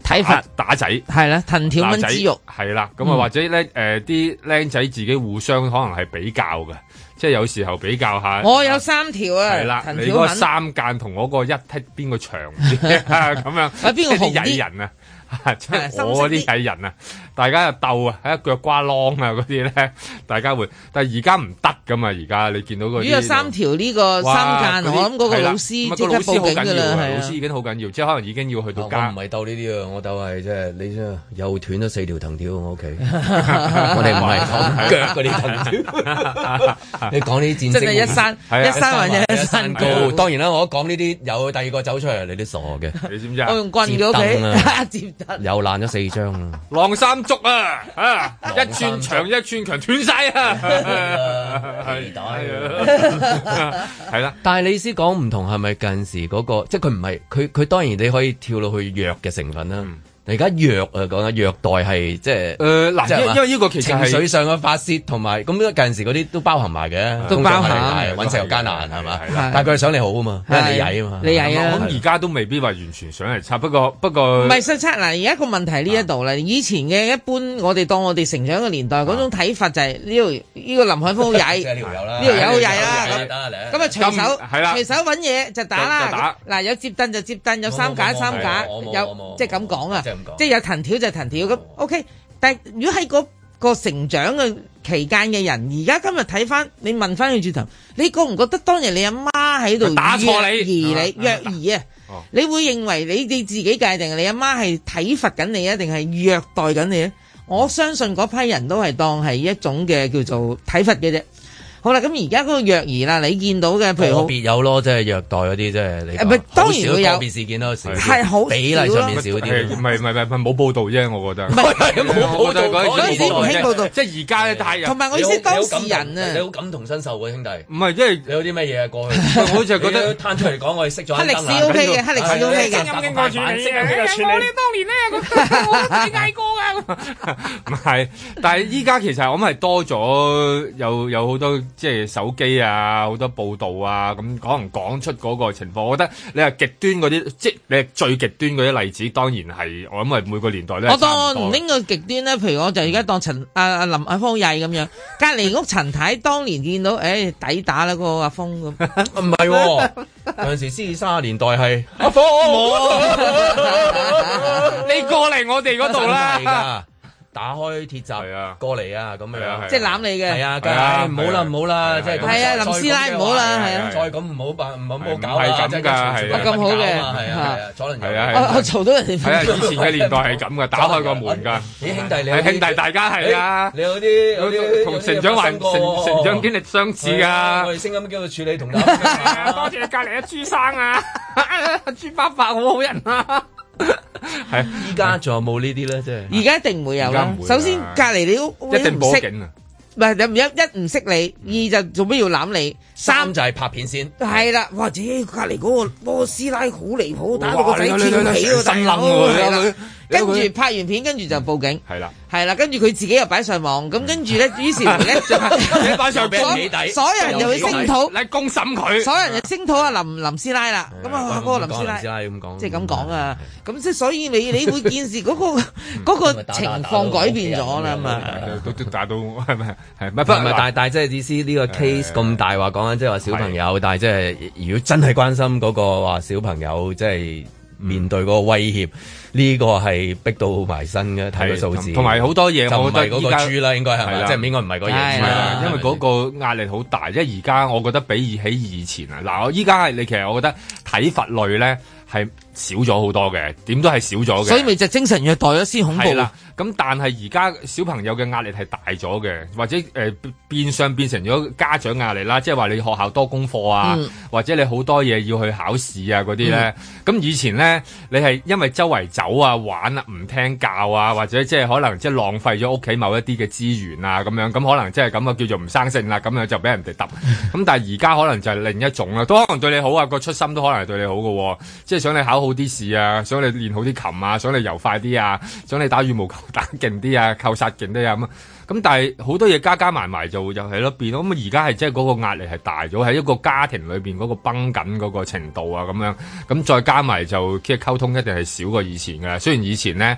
S4: 睇法
S3: 打打仔。
S4: 係啦，藤條蚊
S3: 嗱仔
S4: 之肉，嗯
S3: 係啦，咁啊或者咧誒啲僆仔自己互相可能係比較嘅，即係有時候比較下。
S4: 我有三條
S3: 係啦
S4: 啊，，藤
S3: 你
S4: 條
S3: 嗰個
S4: 蚊，
S3: 三間同我嗰個一剔邊個長
S4: <laughs>
S3: 啲咁樣，
S4: 邊個
S3: 即係啲
S4: 紅啲
S3: 曳人啊！ <laughs> 即
S4: 係
S3: 係
S4: 深
S3: 我嗰
S4: 色啲
S3: 啲曳人啊，大家又鬥啊，喺腳瓜啷啊嗰啲咧，大家會，但係而家唔得噶嘛，而家你見到嗰
S4: 如果
S3: 啲
S4: 有三條呢個
S3: 哇
S4: 三
S3: 嗰
S4: 間，啊
S3: 啲
S4: 我諗嗰個
S3: 係啦
S4: 老師即
S3: 咁啊
S4: 刻
S3: 個老師好
S4: 報警
S3: 緊
S4: 㗎
S3: 要
S4: 啦，
S3: 啊
S4: 係啊
S3: 老
S4: 哦
S3: 師。已經好緊要，即係可能已經要去
S2: 我
S3: 到
S2: 唔
S3: 家。
S2: 係鬥呢啲啊，我鬥係即係你知啊，又斷咗四條藤條我
S4: <laughs>
S2: 屋企，我哋唔係講腳嗰啲藤條，你講呢啲戰績
S4: 真係一山
S3: 係
S4: <laughs>
S3: 啊
S4: 一山還有一
S3: 啊
S4: 山高，
S2: 高。哦當然啦，我一講呢啲有第二個走出嚟，你都傻嘅，
S3: <laughs>
S2: <laughs>
S3: 你知唔知啊
S4: 我？用棍嘅
S2: 接燈啊
S4: 屋企 <laughs> 接得，
S2: 又爛咗四張啦。
S3: 狼三竹啊，
S4: <laughs>
S3: 啊，
S2: 狼
S3: 一
S2: 三
S3: 寸
S2: 竹
S3: 長一寸強，斷晒啊！
S2: 皮帶
S3: 啊， <laughs> 係啦，
S2: 但係你意思講唔同係咪近時嗰、個，即係佢唔係佢佢當然你可以跳落去弱嘅成分啦。你而家弱啊講緊虐待係即
S3: 誒
S2: 係。即係
S3: 呃啊嗱，因
S2: 嘛
S3: 因為呢個其實
S2: 情緒
S3: 係
S2: 上嘅發泄同埋咁近時嗰啲都包含埋嘅，
S4: 都包含
S2: 揾食又艱難係嘛
S3: 係？
S4: 啦
S2: 但係佢係想你好啊嘛，因為你曳啊嘛，
S4: 你曳
S3: 我
S4: 啊！
S3: 諗而家都未必話完全想嚟插，不過不過
S4: 唔係實測嗱，而家個問題呢一度
S3: 啊
S4: 啦。以前嘅一般，我哋當我哋成長嘅年代嗰種睇法就係呢度呢個林海峰好
S2: 即係
S4: 曳
S2: 呢，條友啦，
S4: 呢條友好曳啦
S2: 呢條
S4: 咁
S2: 友啊得嚟
S4: 咁啊隨手
S3: 咁係啦
S4: 隨手揾嘢就打
S3: 就就打
S4: 啦。嗱有接凳就接凳，有三架
S2: 冇冇冇
S4: 三架，
S2: 冇冇冇冇
S4: 有即係咁講啊
S2: 即係咁講，
S4: 即係有藤條就藤條咁。OK，但係如果喺嗰個成長嘅期間嘅人，而家今日睇翻，你問翻佢轉頭，你覺唔覺得當日你阿媽喺度
S3: 打錯你
S4: 虐
S3: 係
S4: 兒
S3: 嘛
S4: 你虐兒啊？
S3: 哦
S4: 你會認為你你自己界定你阿媽係體罰緊你啊，定係虐待緊你啊咧？我相信嗰批人都係當係一種嘅叫做體罰嘅啫。好啦，咁而家嗰個虐兒啦，你見到嘅譬如
S2: 個
S4: 好
S2: 別有咯，即係虐待嗰啲，即係你
S4: 誒咪當然
S2: 好少
S4: 會有
S2: 個別事件咯，少啲
S4: 係好啊
S2: 比例上面少
S3: 係唔。
S2: 啲
S3: 係唔係唔係冇報道啫，我覺得。
S2: <laughs> 係啊
S3: 我覺得嗰
S4: 嗰陣時唔興報道啊
S3: 即係而家咧太
S4: 同埋我意思當事人啊
S2: 你好感同身受嘅兄弟。
S3: 唔係，因為
S2: 你有啲乜嘢
S3: <laughs>
S2: 啊？過去
S3: 我就覺得
S2: 你攤出嚟講，我哋識咗啊
S4: 黑歷史 OK 嘅，黑歷史 OK 嘅。
S2: 經過處理
S3: <laughs> 唔係，但係依家其實我諗係多咗有有好多即係手機啊，好多報道啊，咁可能講出嗰個情況。我覺得你係極端嗰啲，即係你係最極端嗰啲例子，當然係我諗係每個年代咧。
S4: 我當唔拎個極端咧，譬如我就而家當陳阿阿林阿方曳咁
S3: <laughs>
S4: 樣，隔離屋陳太當年見到，誒抵打啦嗰個阿峰
S3: <laughs>
S4: 咁，
S2: 唔係喎，有陣時先三十年代係
S3: 阿科， <laughs> 你過嚟我哋嗰度
S2: 真係
S3: 啦。
S2: 㗎打開鐵
S3: 係啊
S2: 閘過嚟啊，咁
S3: 係啊係
S2: 樣
S3: 啊
S4: 即係攬你
S2: 係
S4: 嘅。
S2: 啊，
S3: 係啊
S2: 唉唔好啦，唔好啦，即係咁
S4: 係啊林師奶唔好啦
S2: 再
S4: 係
S3: 啊
S2: 咁嘅話再咁唔好辦，唔好唔好搞
S3: 係唔係
S2: 啦，
S3: 咁㗎
S2: 即係咁全部
S3: 係啊
S2: 都不搞
S4: 咁好嘅
S2: 啊係啊係啊，左輪
S3: 係
S2: 右
S3: 啊係
S4: 我
S3: 啊
S2: 啊。
S4: 我嘈到人哋
S3: 係啊，
S4: 瞓
S3: 以
S4: 覺
S3: 前嘅年代係咁噶，打開個門㗎。
S2: 咦，兄弟你有
S3: 係
S2: 啲
S3: 兄弟，大家係啊
S2: 誒。你有啲有啲
S3: 同成長環成成長經歷相似
S2: 係啊
S3: 㗎
S2: 我。哋聲音經過處理同大家分享啊
S3: 多謝隔離嘅朱生啊， <laughs> 朱伯伯好好人
S2: <laughs>
S3: 啊。係
S2: 依家仲有冇呢啲咧？即係
S4: 而家一定唔會有
S3: 而家
S4: 啦
S3: 唔會。啦
S4: 首先隔離你屋
S3: 一定
S4: 你都唔
S3: 報
S4: 識，
S3: 警啊！
S4: 唔係一一唔識你，二就做咩要攬你，
S2: 三
S4: 三
S2: 就係拍片先，
S4: 係啦，哇！自己隔離嗰個波師奶好離譜，打到個
S3: 哇
S4: 仔
S3: 你
S4: 跳
S3: 你
S4: 起
S3: 你你
S4: 喎，大
S3: 神
S4: 佬
S3: 冧喎
S4: 係
S3: 你
S4: 啦。
S3: 你
S4: 跟
S3: 佢
S4: 住拍完片，跟住就報警。
S3: 係啦，
S4: 係啦，跟住佢自己又擺上網，咁跟住咧，於是乎咧，
S3: 你擺上
S2: 俾人
S3: 邊，
S2: 起底，
S4: 所有人就會
S2: 俾
S4: 聲
S2: 起底
S4: 討，
S3: 你公審佢。
S4: 所有人就聲討阿林林師奶啦。咁啊，嗰個林師
S2: 林師
S4: 奶
S2: 奶咁講，
S4: 即係咁講啊。咁即係所以你你會見時嗰個嗰個情況改變咗啦嘛。
S3: 都都打到係咪係咪
S2: 唔係，但係但係即係意思呢個 case 咁大話講緊，即係話小朋友，但係即係如果真係關心嗰個話小朋友，即係面對嗰個威脅，
S3: 嗯
S2: 呢個係逼到埋身嘅，睇個數字，
S3: 同埋好多嘢，
S2: 就唔
S3: 我
S2: 係
S3: 覺得
S2: 嗰
S3: 依
S2: 個
S3: 家
S2: 豬啊啦，應該係
S3: 係
S2: 咪？
S3: 啦
S2: 即係唔應該唔係嗰個嘢
S4: 係
S2: 豬
S3: 係
S2: 啦
S3: 啊，，因為嗰個壓力好大，即係而家我覺得比起以前啊，嗱，我依家係你其實我覺得體罰類咧係少咗好多嘅，點都係少咗嘅。
S4: 所以咪就精神虐待咗先恐怖
S3: 係啦，咁但係而家小朋友嘅壓力係大咗嘅，或者誒、呃、變相變成咗家長壓力啦，即係話你學校多功課啊，
S4: 嗯
S3: 或者你好多嘢要去考試啊嗰啲咧。咁、以前咧，你係因為周圍走啊、玩啊、唔聽教啊，或者即係可能即係浪費咗屋企某一啲嘅資源啊咁樣，咁可能即係咁啊叫做唔生性啦，咁樣就俾人哋揼。咁但係而家可能就係另一種啦，都可能對你好啊，個出心都可能係對你好嘅、喎，即係想你考好啲試啊，想你練好啲琴啊，想你游快啲啊，想你打羽毛球打勁啲啊，扣殺勁啲啊咁啊。咁但係好多嘢加加埋埋就又係咯變咯，咁而家係即係嗰個壓力係大咗，喺一個家庭裏邊嗰個崩緊嗰個程度啊咁樣，咁再加埋就即係溝通一定係少過以前㗎。雖然以前咧。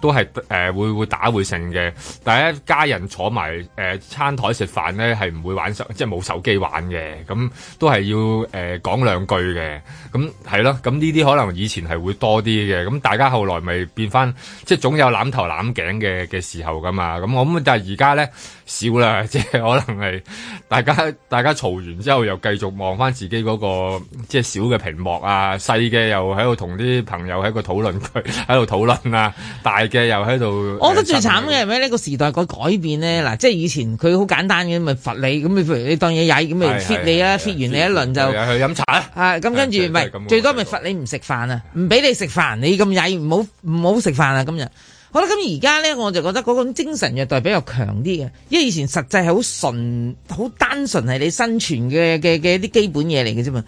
S3: 都係誒、呃、會會打會成嘅，但係一家人坐埋誒、呃餐台食飯咧係唔會玩手，即係冇手機玩嘅，咁都係要誒、呃、講兩句嘅，咁係咯，咁呢啲可能以前係會多啲嘅，咁大家後來咪變翻，即係總有攬頭攬頸嘅嘅時候噶嘛，咁我諗但係而家咧少啦，即係可能係大家大家嘈完之後又繼續望翻自己嗰、個即係小嘅屏幕啊，細嘅又喺度同啲朋友喺個討論區 <laughs> 喺度討論啊，大嘅又喺度。
S4: 我覺得最
S3: 呃
S4: 慘嘅係咩呢個時代個改變咧，嗱，即係以前佢好簡單嘅，咪罰你，咁你譬如你當嘢曳，咁咪
S3: 係
S4: fit 你啦
S3: 係係
S4: ，fit 完你一輪就
S3: 係啊去飲茶啊。
S4: 啊，咁跟住
S3: 係
S4: 咪
S3: 真係咁
S4: 最多咪
S3: 我覺
S4: 罰你唔食飯啊，唔俾你食飯，你咁曳，唔好唔好食飯啊，今日。好啦，咁而家咧，我就覺得嗰種精神虐待比較強啲嘅，因為以前實際係好純、好單純係你生存嘅嘅嘅一啲基本嘢嚟嘅啫嘛。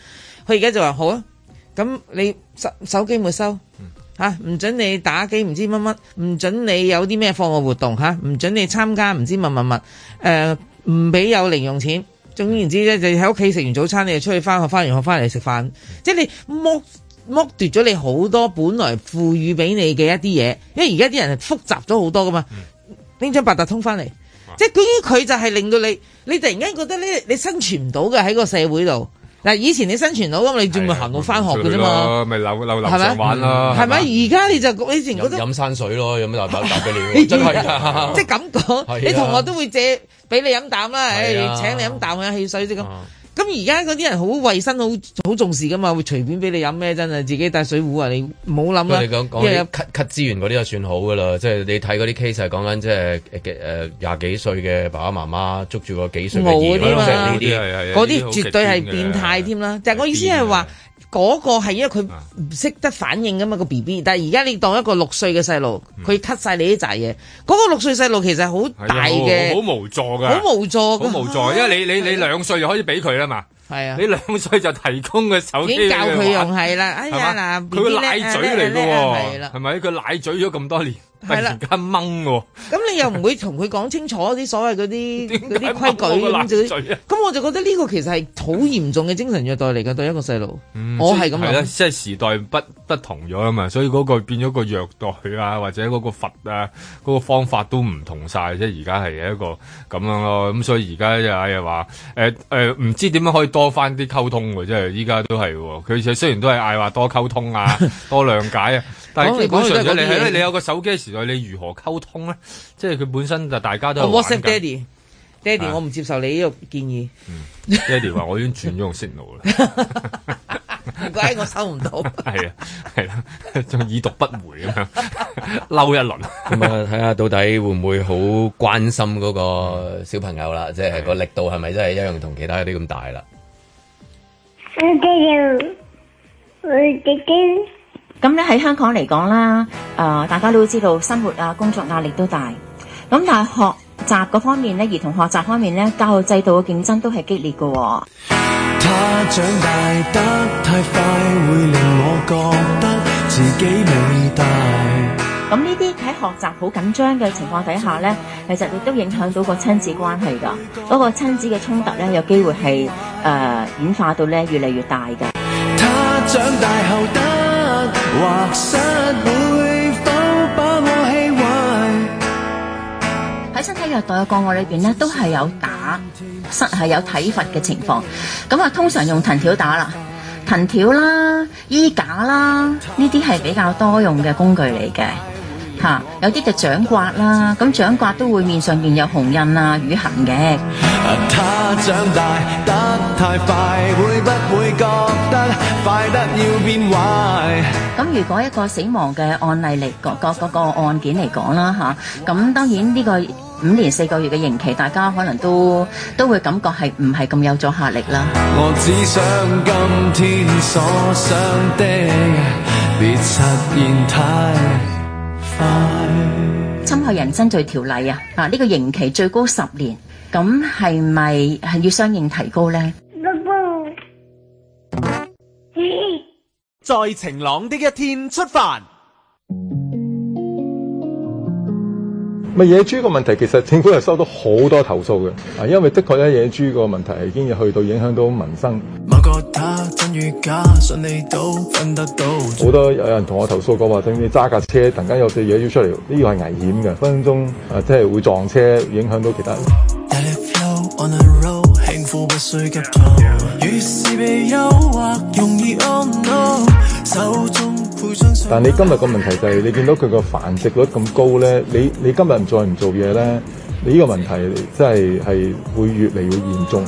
S4: 佢而家就話好啊，咁你手手機沒收嚇，唔、准你打機，唔知乜乜，唔准你有啲咩課外活動嚇，唔、准你參加唔知乜乜乜，誒唔俾有零用錢。總言之咧，就喺屋企食完早餐，你就出去翻學，翻完學翻嚟食飯，即係你剝剝奪咗你好多本來賦予俾你嘅一啲嘢，因為而家啲人係複雜咗好多噶嘛。拎張八達通翻嚟，即係對於佢就係令到你，你突然間覺得咧，你生存唔到嘅喺個社會度。嗱，以前你生存到咁，你仲咪行到翻學嘅啫嘛，，
S3: 啊咪樓樓樓
S4: 係咪嗯
S3: 上玩啦，
S4: 係咪？而家你就你以前覺
S2: 飲
S4: 得
S2: 飲山水咯，飲
S3: <laughs>
S2: 大把大俾你，真係啊 <laughs>
S4: 即係咁講，
S2: 係啊
S4: 你同學都會借俾你飲啖啦，唉，
S2: 係啊
S4: 請你飲啖啊汽水啫咁。咁而家嗰啲人好衞生，好好重視噶嘛，會隨便俾你飲咩真係，自己帶水壺啊，你唔好諗
S2: 不過
S4: 啦。
S2: 你講講
S4: 因為
S2: 啲 cut cut 資源嗰啲就算好噶啦，即係你睇嗰啲 case 係講緊即係誒廿幾歲嘅爸爸媽媽捉住個幾歲嘅兒
S4: 冇
S2: 女，
S4: 啲嘛
S2: 即係呢啲
S3: 係
S4: 嗰啲絕對係變態添啦。但係我意思係話。嗰個係因為佢唔識得反應噶嘛個 B B，但係而家你當一個六歲嘅細路，佢 cut 晒你啲扎嘢，嗰、個六歲細路其實好大
S3: 啊好
S4: 嘅，
S3: 無助㗎，
S4: 好無助㗎，
S3: 啊好無助，因為你你你兩歲就可以俾佢啦嘛，
S4: 係啊
S3: 你，兩歲就提供個手
S4: 已
S3: 機
S4: 經教
S3: 俾
S4: 佢
S3: 玩
S4: 用係啦，哎
S3: 係
S4: 呀
S3: 嘛
S4: 嗱，啊
S3: 佢個奶嘴
S4: 嘅
S3: 嚟㗎
S4: 係
S3: 喎，
S4: 啦
S3: 係。咪？佢奶嘴咗咁多年，突
S4: 係啦
S3: 然間掹喎，
S4: 咁你又唔會同佢講清楚啲所謂嗰啲
S3: <laughs> 點解
S4: 嗰啲規矩
S3: 冇個奶
S4: 咁就
S3: 嘴啊
S4: 咁我就覺得呢個其實係好嚴重嘅精神虐待嚟嘅對一個細路，我係咁
S3: 係啦，
S4: 諗。
S3: 嗯即係時代不不同咗啊嘛，所以嗰個變咗個虐待啊，或者嗰個罰啊，嗰、個方法都唔同晒，即係而家係一個咁樣咯。咁所以而家又係話誒誒，唔、知點樣可以多翻啲溝通喎，即係依家都係喎。佢雖然都係嗌話多溝
S4: <laughs>
S3: 通啊，多諒解啊，但係基本上
S4: 講嚟講去都係
S3: 你
S4: 嗰啲嘢
S3: 係咯你有個手機嘅時代，你如何溝通咧？即係佢本身就大家都係
S4: 我
S3: 玩
S4: WhatsApp
S3: 緊
S4: Daddy。爹哋，
S3: 啊
S4: 我唔接受你呢個建議，
S3: 爹哋話我已經轉咗用 signal 啦， <laughs>
S4: 唔怪我收唔到。
S3: 係啊係啦， <laughs> 仲已讀不回咁樣， <laughs> 嬲一輪。
S2: 咁啊，睇下到底會唔會好關心嗰個小朋友啦，即係個力度係咪真係一樣同其他嗰啲咁大啦？
S9: 咁咧喺香港嚟講啦，誒、大家都知道生活啊、工作壓力都大。咁但係學習嗰方面咧，兒童學習方面咧，教育制度嘅競爭都係激烈嘅喎、
S10: 他長大得太快，會令我覺得自己未大。
S9: 咁呢啲喺學習好緊張嘅情況底下咧，其實亦都影響到個親子關係㗎。嗰、個親子嘅衝突咧，有機會係誒、呃演化到咧越嚟越大㗎。
S10: 他長大後得或失，會否把我氣壞？
S9: 喺身體虐待嘅個案裏邊咧，都係有打，實係有體罰嘅情況。咁啊，通常用藤條打啦，藤條啦、衣架啦，呢啲係比較多用嘅工具嚟嘅。嚇、有啲就掌摑啦，咁掌摑都會面上面有紅印啊、瘀痕嘅。
S10: 他長大得太快，會不會覺得快得要變壞？
S9: 咁如果一個死亡嘅案例嚟個個個個案件嚟講啦吓，咁、當然呢個五年四個月嘅刑期，大家可能都都會感覺係唔係咁有咗壓力啦。
S10: 我只想今天所想的，別實現太快。
S9: 侵害人身罪條例啊，啊呢、個刑期最高十年，咁係咪係要相應提高呢？
S5: 在晴朗的一天出發。
S11: 咪野豬個問題，其實政府係收到好多投訴嘅，啊，因為的確咧野豬個問題已經去到影響到民生，
S10: 某個他真與假，信你都分得到。
S11: 好多有人同我投訴過話，點你揸架車突然間有隻野豬出嚟，呢個係危險嘅，分分鐘啊，即係會撞車，影響到其他人。
S10: Let it flow on a roll，幸福不需急躁。越是被誘惑，容易 on no，手中配樽水。
S11: 但你今日個問題就係你見到佢個繁殖率咁高咧，你你今日唔再唔做嘢咧，你呢個問題真係係會越嚟越嚴重。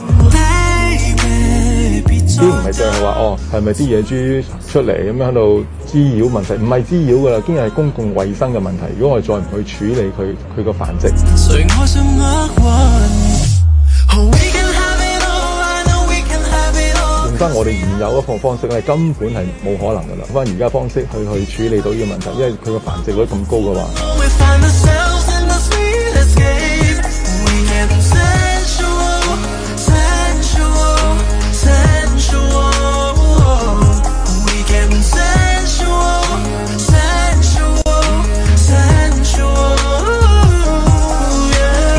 S11: 都唔係淨係話哦，係咪啲野豬出嚟咁樣喺度滋擾問題？唔係滋擾噶啦，已經係公共衛生嘅問題。如果我哋再唔去處理佢佢個繁殖，
S10: 誰愛上厄運？Oh, we can have it all, I know we can have it all。
S11: 用翻我哋現有嗰個方式咧，根本係冇可能噶啦。翻而家方式去去處理到呢個問題，因為佢個繁殖率咁高嘅話。
S10: We find ourselves in the sweet escape. We get sensual, sensual, sensual. We get sensual, sensual, sensual. Yeah.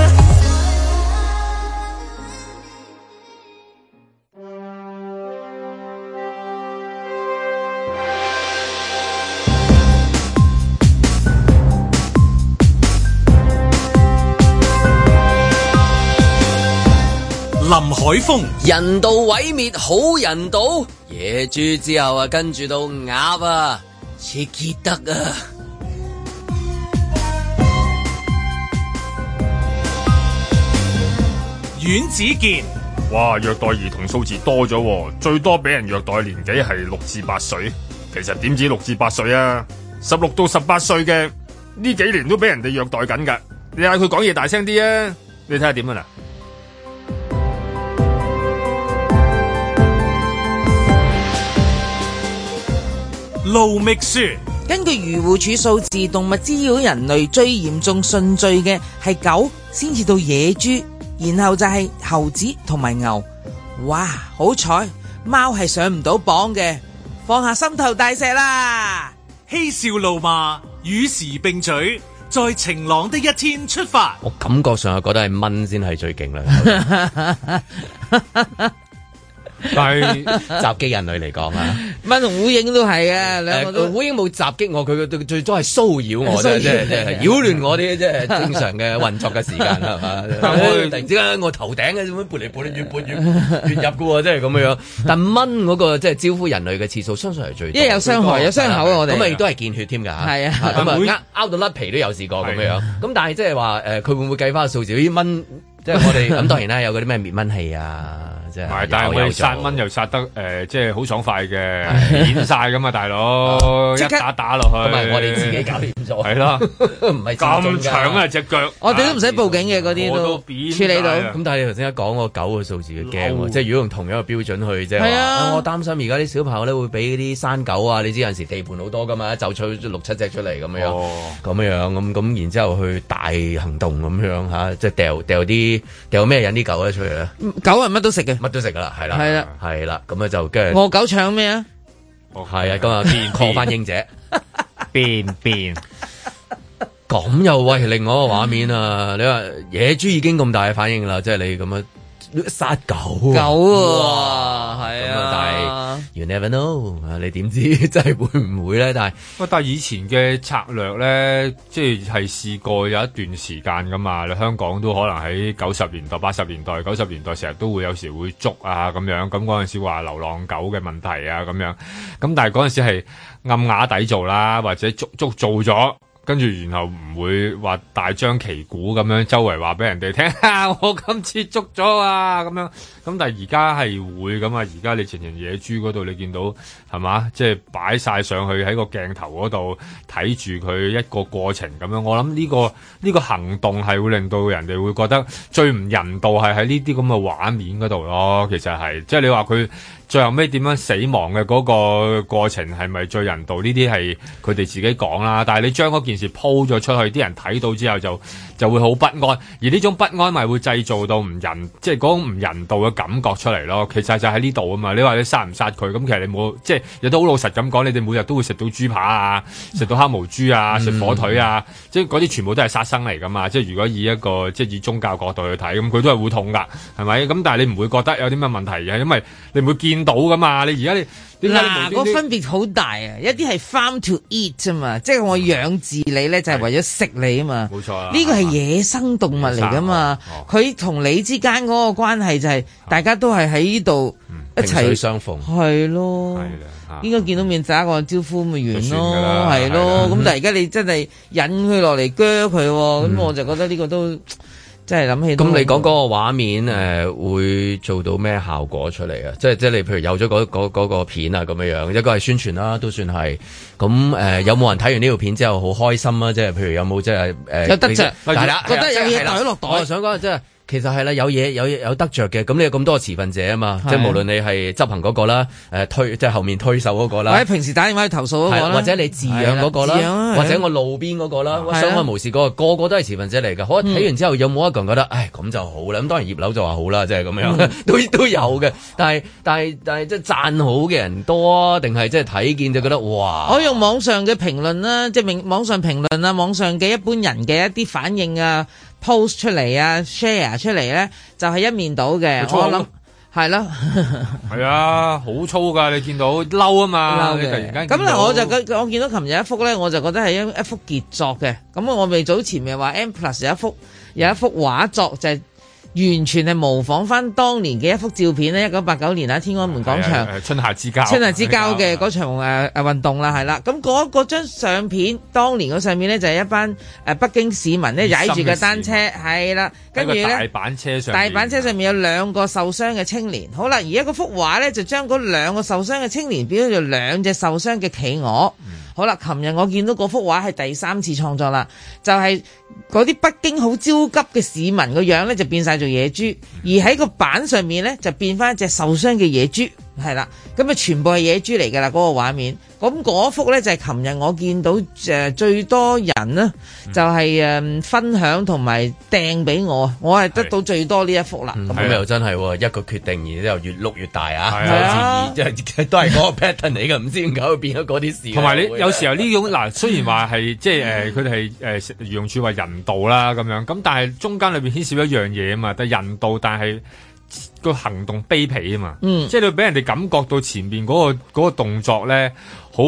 S11: 咁
S1: 林海峰，
S12: 人道毀滅好人道，野豬之後啊，跟住到鴨啊，切傑德啊，
S1: 阮子健，
S13: 哇！虐待兒童數字多咗喎，最多俾人虐待嘅年紀係六至八歲。其實點止六至八歲啊？十六到十八歲嘅呢幾年都俾人哋虐待緊㗎。你嗌佢講嘢大聲啲啊！你睇下點啊嗱。
S1: 盧覓雪，
S14: 根據漁護署數字，動物滋擾人類最嚴重順序嘅係狗，先至到野豬，然後就係猴子同埋牛。哇，好彩貓係上唔到榜嘅，放下心頭大石啦！
S1: 嬉笑怒罵，與時並舉，在晴朗的一天出發。
S2: 我感覺上係啊覺得係蚊先係最勁啦， <laughs>
S3: 但係
S2: 襲擊人類嚟講啊。
S4: 蚊同烏蠅都係啊，兩個都
S2: 烏蠅呃冇襲擊我，佢佢最多係騷擾我
S4: <laughs> 騷擾
S2: 啫，即係即係擾亂我啲即係正常嘅運作嘅時間啦，係嘛？我突然之間我頭頂嘅點樣撥嚟撥去，越撥越越入嘅喎，即係咁樣。但蚊嗰個即係招呼人類嘅次數，相信係最多，
S4: 因為有傷害有傷口啊
S2: 係啦
S4: 我哋
S2: 咁啊，亦都係見血添㗎嚇。
S4: 係啊
S2: 咁啊
S4: 每
S2: 呃拗到甩皮都有試過咁樣。咁但係即係話誒，佢會唔會計翻個數字？啲蚊即係我
S4: <laughs>
S2: 哋咁當然啦，有嗰啲咩滅蚊器啊，即係
S3: 唔係，但係
S2: 有
S3: 我哋
S2: 有
S3: 殺
S2: 做
S3: 蚊又殺得誒、呃即係好爽快
S2: <laughs>
S3: 嘅，扁晒咁嘛，大
S2: 哦
S3: 佬一打打落去，
S2: 咁咪我哋自己搞掂咗
S3: 係
S2: <laughs>
S3: 啦，
S2: 唔係
S3: 咁長啊隻腳，
S4: 我哋都唔使報警嘅嗰啲
S3: 我
S4: 都
S3: 都
S4: 處
S3: 扁
S4: 理到。
S2: 咁但係你頭先一講個狗嘅數字嘅驚喎，即係如果用同樣嘅標準去即係話
S4: Oh 係啊
S2: 啊，我擔心而家啲小朋友咧會俾啲山狗啊，你知有陣時地盤好多噶嘛，就取六七隻出嚟咁樣，
S4: 哦
S2: 咁樣咁咁，然之後去大行動咁樣嚇，即係掉掉啲掉咩引啲狗咧出嚟咧？
S4: 狗係乜都食嘅，
S2: 乜都食噶啦，係啦，
S4: 係啦，啊
S2: 係啦，咁咧就跟住
S4: 餓狗搶咩啊？
S2: 係啊，咁 <laughs> 啊 call 翻英姐，變變。咁又喂，另外一個畫面啊！你話野豬已經咁大嘅反應啦，即係你咁樣殺狗啊，
S4: 狗
S2: 哇
S4: 啊，係
S2: 咁啊
S4: 啊，
S2: 但係 you never know 啊，你點知 <laughs> 真係會唔會咧？但係
S3: 喂，但係以前嘅策略咧，即係係試過有一段時間噶嘛，你香港都可能喺九十年代、八十年代、九十年代成日都會有時會捉啊咁樣，咁嗰陣時話流浪狗嘅問題啊咁樣，咁但係嗰陣時係暗啞底做啦，或者捉捉做咗。跟住，然後唔會話大張旗鼓咁樣周圍話俾人哋聽， <laughs> 啊我今次捉咗啊咁樣。咁但係而家係會咁啊！而家你前前野豬嗰度，你見到係嘛？即係擺晒上去喺個鏡頭嗰度睇住佢一個過程咁樣。我諗呢個呢個行動係會令到人哋會覺得最唔人道係喺呢啲咁嘅畫面嗰度咯。其實係即係你話佢。最後尾點樣死亡嘅嗰個過程係咪最人道？呢啲係佢哋自己講啦。但係你將嗰件事鋪咗出去，啲人睇到之後就就會好不安，而呢種不安咪會製造到唔人，即係嗰種唔人道嘅感覺出嚟咯。其實就喺呢度啊嘛。你話你殺唔殺佢？咁其實你冇即係亦都好老實咁講，你哋每日都會食到豬扒啊，食到黑毛豬啊，食火腿啊，即係嗰啲全部都係殺生嚟㗎嘛。即係如果以一個即係以宗教角度去睇，咁佢都係會痛㗎，係咪？咁但係你唔會覺得有啲咩問題嘅，因為你唔會見到㗎嘛。你而家你點解
S4: 嗱，
S3: 你無
S4: 個
S3: 端端
S4: 分別好大啊！一啲係 farm to eat 啫嘛，即係我養治你咧，就係為咗食你啊嘛。
S3: 冇錯啦
S4: 呢個係野生動物嚟噶
S2: 啊
S4: 嘛，佢同你之間嗰個關係就係大家都係喺呢度一
S2: 嗯萍水
S4: 齊
S2: 相逢啊
S4: 係咯。
S3: 嚇
S4: 應該見到面打個招呼咪完
S3: 就算
S4: 咯
S3: 㗎啦，
S4: 係
S3: 係啦
S4: 咯。咁但係而家你真係引佢落嚟鋸佢喎，咁我就覺得呢個都真係諗起都
S2: 嗯
S4: 嗯
S2: 咁你講嗰
S4: 恐怖
S2: 個畫面誒、呃、會做到咩效果出嚟啊？即係即係你譬如有咗嗰嗰嗰個片啊咁樣樣，一個係宣傳啦，都算係。咁誒、呃有冇人睇完呢條片之後好開心啊？即係譬如有冇即係誒
S4: 有得着
S2: 係啦，
S4: 覺得有嘢
S2: 係啦
S4: 袋落袋
S2: 我想講即係。其實係啦，有嘢有嘢有得着嘅，咁你有咁多持份者啊嘛，即係
S4: 係
S2: 無論你係執行嗰個啦，誒、推即係後面推手嗰個啦，
S4: 或者平時打電話去投訴嗰個
S2: 係
S4: 啦
S2: 或者你飼養嗰個
S4: 係啦飼養啊
S2: 啦，
S4: 係
S2: 或者我路邊嗰個啦，
S4: 係啊
S2: 相安無事嗰個，個個都係持份者嚟嘅。好
S4: 嗯
S2: 睇完之後，有冇一個人覺得，唉咁就好啦？咁當然葉劉就話好啦，即係咁樣，都
S4: 嗯
S2: <laughs> 都有嘅。但係但係但係即係讚好嘅人多啊，定係即係睇見就覺得哇！
S4: 我用網上嘅評論啦，即係明網上評論啊，網上嘅一般人嘅一啲反應啊，post 出嚟啊，share 出嚟咧，就係、一面倒嘅。
S3: 冇錯
S4: 我諗係咯，
S3: 係啊，好粗㗎！你見到
S4: <laughs>
S3: 嬲啊嘛，你突然間
S4: 咁
S3: 見到啊
S4: 嗱，我就覺我見到琴日一幅咧，我就覺得係一一幅傑作嘅。咁我咪早前咪話 M Plus 有一幅有一幅畫作就係、完全係模仿翻當年嘅一幅照片咧，一九八九年喺天安門廣場。
S3: 係啊春夏之交，
S4: 春夏之交嘅
S3: 啊
S4: 嗰場誒誒運動啦，係啦，咁嗰嗰張相片，當年嗰上面咧就係一班誒北京市民咧踩住
S3: 熱心嘅
S4: 個
S3: 市
S4: 單車，係啦，跟
S3: 喺
S4: 住
S3: 個大
S4: 咧
S3: 板車上
S4: 大
S3: 面，
S4: 板車上面有兩個受傷嘅青年，好啦，而家嗰幅畫咧就將嗰兩個受傷嘅青年變咗做兩隻受傷嘅企鵝。好啦，琴日我見到嗰幅畫係第三次創作啦，就係嗰啲北京好焦急嘅市民個樣咧就變晒做野豬，而喺個板上面咧就變翻一隻受傷嘅野豬，係啦，咁啊全部係野豬嚟㗎啦嗰個畫面。咁嗰幅咧就係琴日我見到誒、呃最多人啦，就係、誒分享同埋掟俾我，我係得到最多呢一幅啦。咁
S2: 咁又真係喎，一個決定，然之後越碌越大啊！
S3: 啊
S2: 就好似即係都係嗰個 pattern 嚟嘅，唔知點解會變咗嗰啲事。啊
S3: 同埋你有時候呢種嗱，雖然話係即係
S4: 嗯
S3: 誒，佢哋係誒漁農署話人道啦咁樣，咁但係中間裏邊牽涉一樣嘢啊嘛，但係人道，但係個行動卑鄙啊嘛，
S15: 嗯
S3: 即係你俾人哋感覺到前面嗰、個嗰、個動作咧，好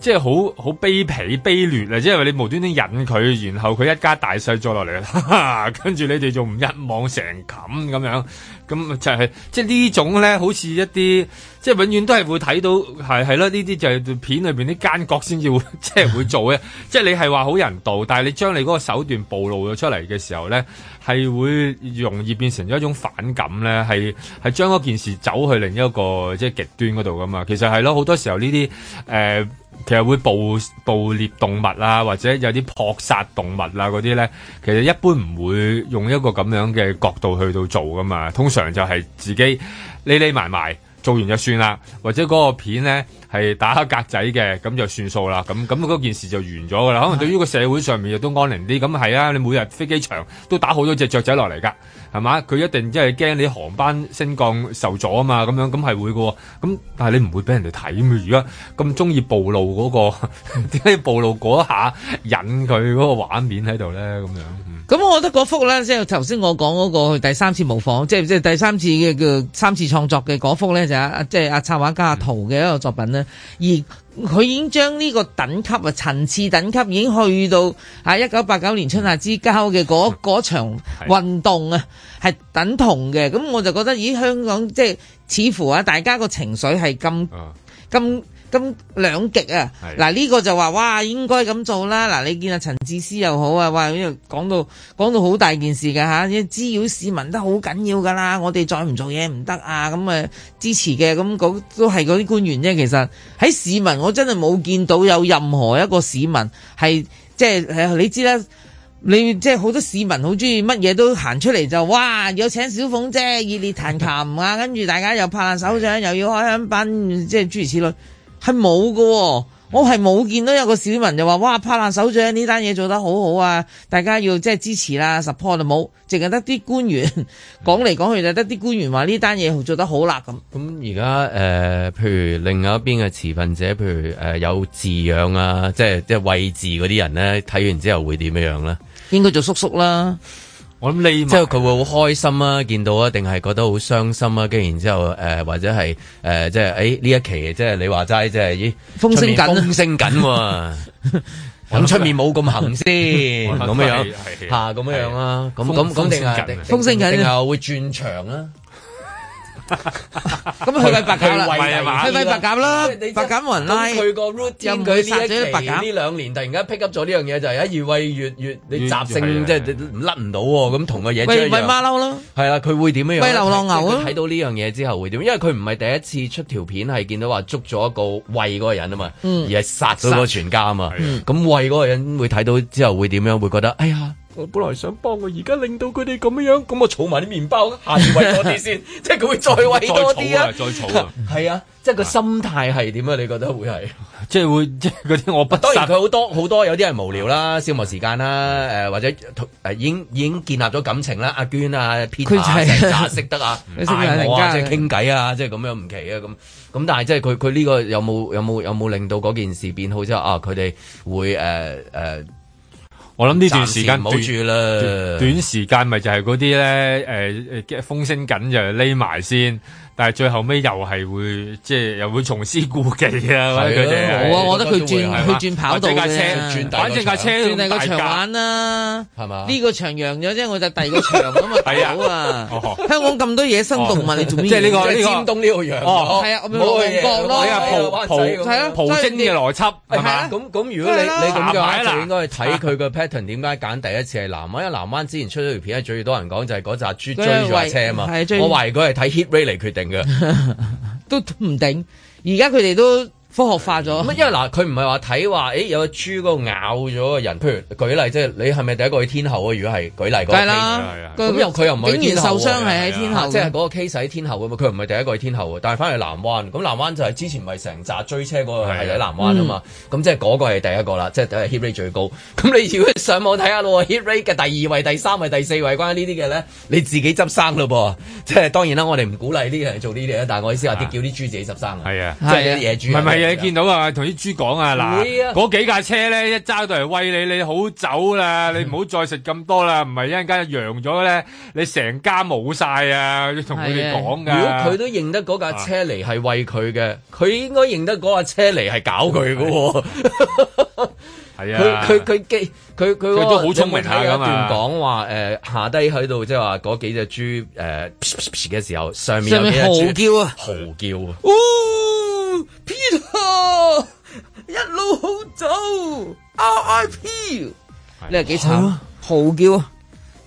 S3: 即係好好卑鄙卑劣啊！即係你無端端引佢，然後佢一家大細再落嚟，哈哈跟住你哋仲唔一網成冚咁樣，咁就係、即係呢種咧，好似一啲即係永遠都係會睇到係係啦，呢啲就係片裏邊啲奸角先至會 <laughs> 即係會做嘅，即係你係話好人道，但係你將你嗰個手段暴露咗出嚟嘅時候咧，係會容易變成咗一種反感咧，係係將嗰件事走去另一個即係極端嗰度噶嘛。其實係咯，好多時候呢啲誒其實會捕捕獵動物啊，或者有啲撲殺動物啊嗰啲咧，其實一般唔會用一個咁樣嘅角度去到做噶嘛。通常就係自己匿匿埋埋。做完就算啦，或者嗰個片咧係打格仔嘅，咁就算數啦。咁咁嗰件事就完咗㗎啦。可能對於個社會上面亦都安寧啲。咁係啊，你每日飛機場都打好多隻雀仔落嚟㗎，係嘛？佢一定即係驚你航班升降受阻啊嘛。咁樣咁係會嘅喎。咁但係你唔會俾人哋睇嘛。如果咁 <laughs> 中意暴露嗰、個， <laughs> 點解要暴露嗰一下引佢嗰個畫面喺度咧？咁樣。嗯
S4: 咁我覺得嗰幅咧，即係頭先我講嗰個佢第三次模仿，即係即係第三次嘅叫三次創作嘅嗰幅咧，就係阿即係阿插畫家阿陶嘅一個作品咧。而佢已經將呢個等級啊，層次等級已經去到啊一九八九年春夏之交嘅嗰嗰場運動啊，係等同嘅。咁我就覺得，咦，香港即係似乎啊，大家個情緒係咁咁咁兩極啊！
S8: 係
S4: 嗱，呢個就話哇，應該咁做啦。嗱，你見阿陳志思又好啊，哇，呢度講到講到好大件事㗎嚇，因為滋擾市民都好緊要㗎啦。我哋再唔做嘢唔得啊！咁誒支持嘅咁嗰都係嗰啲官員啫。其實喺市民，我真係冇見到有任何一個市民係即係誒你知啦。你即係好多市民好中意乜嘢都行出嚟就哇，有請小鳳姐熱烈彈琴啊，跟住大家又拍爛手掌，又要開香檳，即係諸如此類，係冇㗎喎。我係冇見到有個市民就話哇拍爛手掌呢單嘢做得好好啊，大家要即係支持啦，support 就冇，淨係得啲官員 <laughs> 講嚟講去就得啲官員話呢單嘢做得好啦咁。
S2: 咁而家誒，呃譬如另外一邊嘅持份者，譬如誒、呃有字養啊，即係即係餵字嗰啲人咧，睇完之後會點樣樣咧？
S4: 應該做叔叔啦。
S3: 我諗
S12: 啊
S3: 匿
S2: 即係佢會好開心啊，見到啊，定係覺得好傷心啊，跟住然之後誒、呃或者係誒、呃即係誒呢一期即係你話齋，即係咦
S4: 風聲緊啊
S2: 出面風聲緊喎。
S12: <laughs>
S2: 咁出面冇咁行先，
S12: 我諗
S2: 咁
S12: 都
S2: 樣
S12: 係
S2: 樣
S12: 係
S2: 嚇，咁樣樣啦，咁
S12: 風
S2: 咁咁定
S12: 風聲緊
S2: 係
S12: 風聲緊啊
S2: 定係會轉場啊？
S4: 咁佢咪白鴿啦，
S2: 去餵
S4: 佢咪白鴿啦
S2: 你真，係
S4: 白鴿冇人拉，
S2: 咁佢個 routine
S4: 又唔會
S2: 佢
S4: 殺
S2: 呢
S4: 咗
S2: 一
S4: 啲白
S2: 期
S4: 鴿
S2: 呢。兩年突然間 pick up 咗呢樣嘢，就係一越喂越越你
S4: 越
S2: 習性
S4: 越係
S2: 即係唔甩唔到喎，咁同個嘢
S4: 喂
S2: 喂
S4: 喂馬騮咯，
S2: 係啦，佢會點樣樣？
S4: 喂流浪牛啊
S2: 即係佢睇到呢樣嘢之後會點？因為佢唔係第一次出條片係見到話捉咗一個喂嗰個人啊嘛，
S12: 嗯
S2: 而係殺咗個全家啊嘛
S12: 殺。
S2: 咁喂嗰個人會睇到之後會點樣？會覺得哎呀，
S12: 我本來想幫我，而家令到佢哋咁樣，咁我儲埋啲麵包，下次喂多啲 <laughs> 先，即係佢會再喂多啲啊！
S3: 再儲啊！
S2: 係啊，即係個心態係點啊？你覺得會係？
S3: 即係會即係嗰啲我不
S2: 當然佢好多好多有啲係無聊啦，消磨時間啦，誒、或者誒、已經已經建立咗感情啦，阿娟啊、
S12: 佢
S2: Peter 啊
S12: 就係
S2: 成扎識得啊，
S12: <laughs> 你識得人
S2: 嗌我啊，即
S12: 家
S2: 係
S12: 嘅
S2: 傾偈啊，即係咁樣唔奇啊咁。咁但係即係佢佢呢個有冇有冇有冇令到嗰件事變好之後啊？佢哋會誒誒。呃
S3: 我諗呢段時間
S2: 暫時唔好
S3: 短
S2: 住啦
S3: 短短時間咪就係嗰啲咧誒誒風聲緊就匿埋先，但係最後尾又係會即係又會重施故技啊！或者佢哋係
S4: 冇啊！我覺得佢轉
S3: 係
S4: 佢
S3: 嘛
S4: 轉跑道
S3: 或者架
S4: 啫
S3: 車反正架車
S4: 轉第個
S3: 咁大
S4: 場
S3: 架
S4: 玩啦，
S2: 係嘛
S4: 呢個場贏咗啫，我就第二個場咁嘛，大
S2: <laughs>
S4: 佬啊！香港咁多野生動物，你做咩？
S2: 哦即係呢個呢個尖東呢度
S4: 樣
S2: 洋
S4: 啊哦，係啊，我咪旺角咯，
S2: 呢個蒲
S4: 係啊
S2: 蒲蒲精嘅邏
S3: 輯
S2: 係
S4: 係
S2: 嘛
S4: 啊？
S2: 咁咁如果
S4: 梗係
S2: 你
S4: 啦
S2: 你咁嘅
S4: 下
S2: 話，
S4: 擺啦
S2: 就應該去睇佢個 pattern 點解揀第一次係南灣，因為南灣之前出咗條片係最多人講就係嗰扎追追咗架車啊嘛，
S4: 係追
S2: 我懷疑佢係睇 hit rate 嚟決定嘅。
S4: 都唔頂。而家佢哋都科學化咗，
S2: 因為嗱，佢唔係話睇話，誒有個豬嗰度咬咗個人，譬如舉例，即係你係咪第一個去天后啊？如果係舉例嗰個
S4: 梗係啦
S2: case，咁啊又佢又唔係去
S4: 警員
S2: 天
S4: 受
S2: 后喎
S4: 傷係喺天后
S2: 啊即係嗰個 case 喺天后啊嘛，佢唔係第一個去天后啊，但係翻去南灣，咁南灣就係之前咪成扎追車嗰個係喺南灣啊嘛，咁即係嗰個係第一個啦，即係 hit rate 最高。咁你如果上網睇下咯，hit rate 嘅第二位、第三位、第四位關於呢啲嘅咧，你自己執生咯噃，即係當然啦，我哋唔鼓勵呢啲人做呢啲啊，但係我意思話啲叫啲豬自己執生啊，
S3: 係啊，
S2: 即係啲野豬
S3: 唔係唔係，
S2: 啊
S3: 你見到啊，同啲豬講啊，
S2: 會啊
S3: 嗱，嗰幾架車咧一揸到嚟喂你，你好走啦，你唔好再食咁多啦，唔係一陣間揚咗咧，你成家冇晒啊，要同佢哋講噶。
S2: 如果佢都認得嗰架車嚟係為佢嘅，佢應該認得嗰架車嚟係搞佢嘅喎。
S3: 係
S2: 佢
S3: 啊，
S2: 佢佢記佢佢嗰個
S3: 佢都好聰明下
S2: 你
S3: 㗎
S2: 有冇睇有一
S3: 嘛
S2: 段講話誒下低喺度即係話嗰幾隻豬誒噗噗噗嘅時候，上面
S4: 上
S2: 有
S4: 面
S2: 幾隻豬
S4: 嚎叫啊，
S2: 嚎叫啊！
S4: 哦，Peter 一路好走，RIP，你係幾慘？嚎叫啊！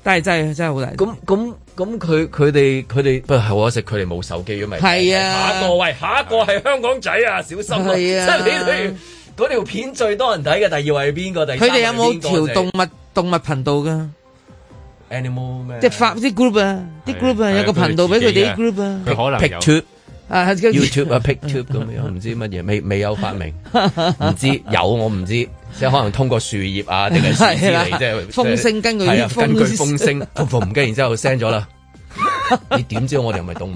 S4: 但係真係真係好大。
S2: 咁咁咁，佢佢哋佢哋不過係可惜，佢哋冇手機咁咪
S4: 係啊
S2: 下一個喂，下一個係香港仔啊，小心啊！
S4: 係啊
S2: 即係你你嗰條片最多人睇嘅第二位係邊個？第
S4: 佢
S2: 三
S4: 哋有冇
S2: 位係邊個
S4: 條動物動物頻道㗎？
S2: animal 咩？
S4: 即係發啲 group 啊，啲 group 啊，有個頻道俾佢哋啲 group 啊。
S3: <laughs>
S2: PicTube
S4: 啊係佢
S2: YouTube 啊 PicTube 咁樣，唔知乜嘢，未未有
S4: <laughs>
S2: 發明，唔知有我唔知，即係可能通過樹葉啊定係樹枝嚟，
S4: <laughs>
S2: 即
S4: 係啦
S2: 係
S4: 風聲根據啲
S2: 係啊根據
S4: 風聲
S2: 風聲，
S4: <laughs>
S2: 噗噗跟然之後 send 咗啦。你點知我哋係咪動物？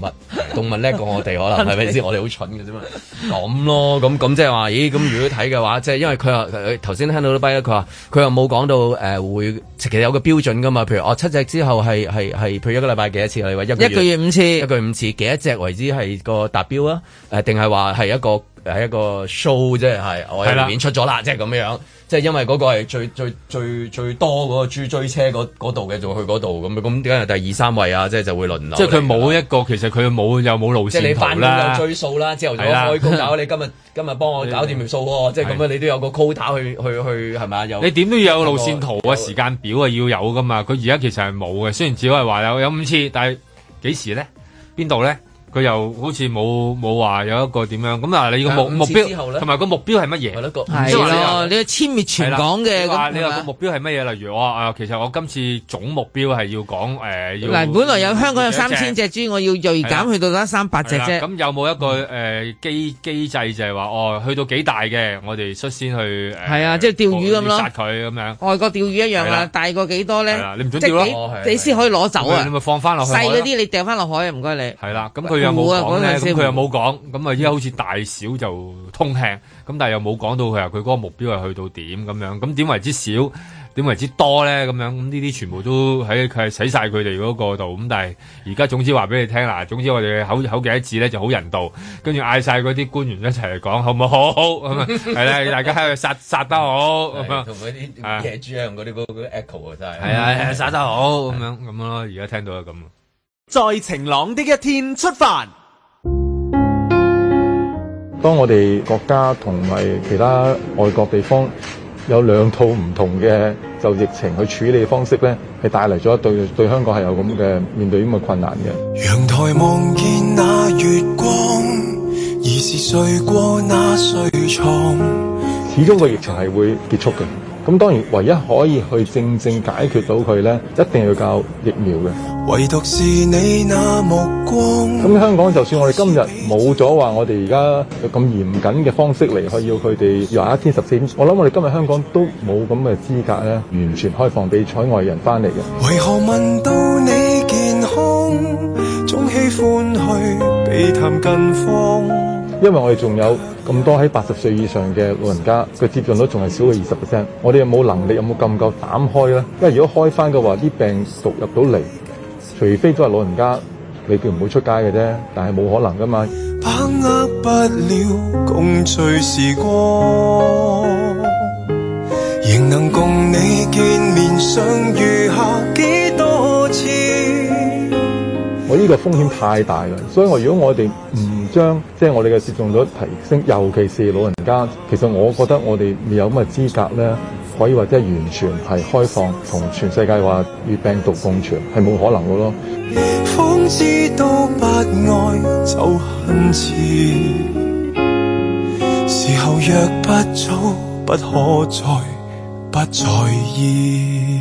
S2: 動物叻過我
S4: <laughs>
S2: 哋可能係咪先？我哋好蠢嘅啫嘛。咁咯，咁咁即係話，咦？咁如果睇嘅話，即係因為佢話佢頭先聽到啲跛啦，佢話佢又冇講到誒、呃、會，其實有個標準噶嘛。譬如哦，七隻之後係係係，譬如一個禮拜幾多次？啊你話一個
S4: <laughs> 一個月五次，
S2: 一個月五次，幾多隻為之係個達標啊？誒、定係話係一個係一個 show 即係係我
S3: 係啦
S2: 有片出咗啦，即係咁樣。即係因為嗰個係最最最最多嗰個豬追車嗰嗰度嘅，就去嗰度咁咁點解係第二三位啊？即係就會輪流嚟㗎啦。
S3: 即係佢冇一個，其實佢冇又冇路
S2: 即係你
S3: 線
S2: 翻
S3: 圖
S2: 工有
S3: 啦。
S2: 追數啦，朝頭早
S3: 係啦嗯
S2: 開工搞你今日今日幫我搞掂條數喎，即係咁樣你都有個 quota 去去去係咪？有
S3: 你點都要有路線圖啊、時間表啊，要有噶嘛。佢而家其實係冇嘅，雖然只係話有有五次，但係幾時咧？邊度咧？佢又好似冇冇話有一個點樣咁啊？你個目
S4: 但係
S3: 目
S4: 五次之後
S3: 標
S4: 呢
S3: 同埋個目標係乜嘢？
S4: 係咯，你要殲滅全港嘅
S3: 你話
S4: 咁
S3: 你
S4: 係
S3: 話個
S4: 嘛
S3: 目標係乜嘢？例如我啊，其實我今次總目標係要講誒要
S4: 嗱，本來有香港有三千
S3: 隻
S4: 隻豬，我要鋭
S3: 係啦
S4: 減去到得三百隻
S3: 係
S4: 啫
S3: 啦。咁有冇一個
S4: 嗯
S3: 誒機機制就係話哦，去到幾大嘅，我哋率先去誒
S4: 係啊，即係釣魚咁咯
S3: 殺佢咁樣。
S4: 外國釣魚一樣
S3: 係
S4: 啦
S3: 啦，
S4: 大過幾多咧
S3: 係啦？你唔准
S4: 即係
S3: 釣咯
S4: 幾
S3: 哦係啊
S4: 你先可以攞走啊！
S3: 你咪放返落去
S4: 細
S3: 海啦
S4: 嗰啲你掉翻落海啊！唔該你。
S3: 係啦，咁佢又嗯冇
S4: 冇啊
S3: 講
S4: 嗰
S3: 咧，
S4: 陣時
S3: 咁佢又
S4: 冇
S3: 冇講，咁啊依家好似大小就通吃，咁但係又冇講到佢話佢嗰個目標係去到點咁樣，咁點為之少，點為之多咧咁樣，咁呢啲全部都喺佢係使晒佢哋嗰個度，咁但係而家總之話俾你聽啦，總之我哋口口嘅一致咧就好人道，跟住嗌晒嗰啲官員一齊嚟講，好唔好？好好咁啊，係啦，大家喺度殺殺得好咁啊
S2: 係同嗰啲野豬一樣嗰啲嗰個 echo 啊，真係
S3: 係啊，係啊殺得好咁樣咁咯，而家聽到係咁。
S5: 在晴朗的一天出發。
S11: 當我哋國家同埋其他外國地方有兩套唔同嘅就疫情去處理方式咧，係帶嚟咗對對香港係有咁嘅面對咁嘅困難嘅。
S10: 陽台望見那月光，而是睡過那睡床。
S11: 始終個疫情係會結束嘅。咁當然，唯一可以去正正解決到佢咧，一定要靠疫苗嘅。
S10: 唯獨是你那目光，
S11: 咁香港就算我哋今日冇咗話，我哋而家有咁嚴謹嘅方式嚟去要佢哋廿一天十四天，我諗我哋今日香港都冇咁嘅資格咧，完全開放俾海外人翻嚟嘅。
S10: 為何問到你健康，總喜歡去避談近況。
S11: 因為我哋仲有咁多喺八十歲以上嘅老人家，佢接種率仲係少過二十 percent，我哋有冇能力，有冇咁夠膽開咧？因為如果開翻嘅話，啲病毒入到嚟，除非都係老人家你叫唔好出街嘅啫，但係冇可能噶嘛。
S10: 把握不了共聚時光，仍能共你見面相遇下幾多次。
S11: 我呢個風險太大啦，所以我如果我哋唔將即係我哋嘅接種率提升，尤其是老人家，其實我覺得我哋未有咁嘅資格咧，可以話即係完全係開放同全世界話與病毒共存係冇可能嘅咯。
S10: 方知道不愛就恨遲，時候若不早，不可再不在意。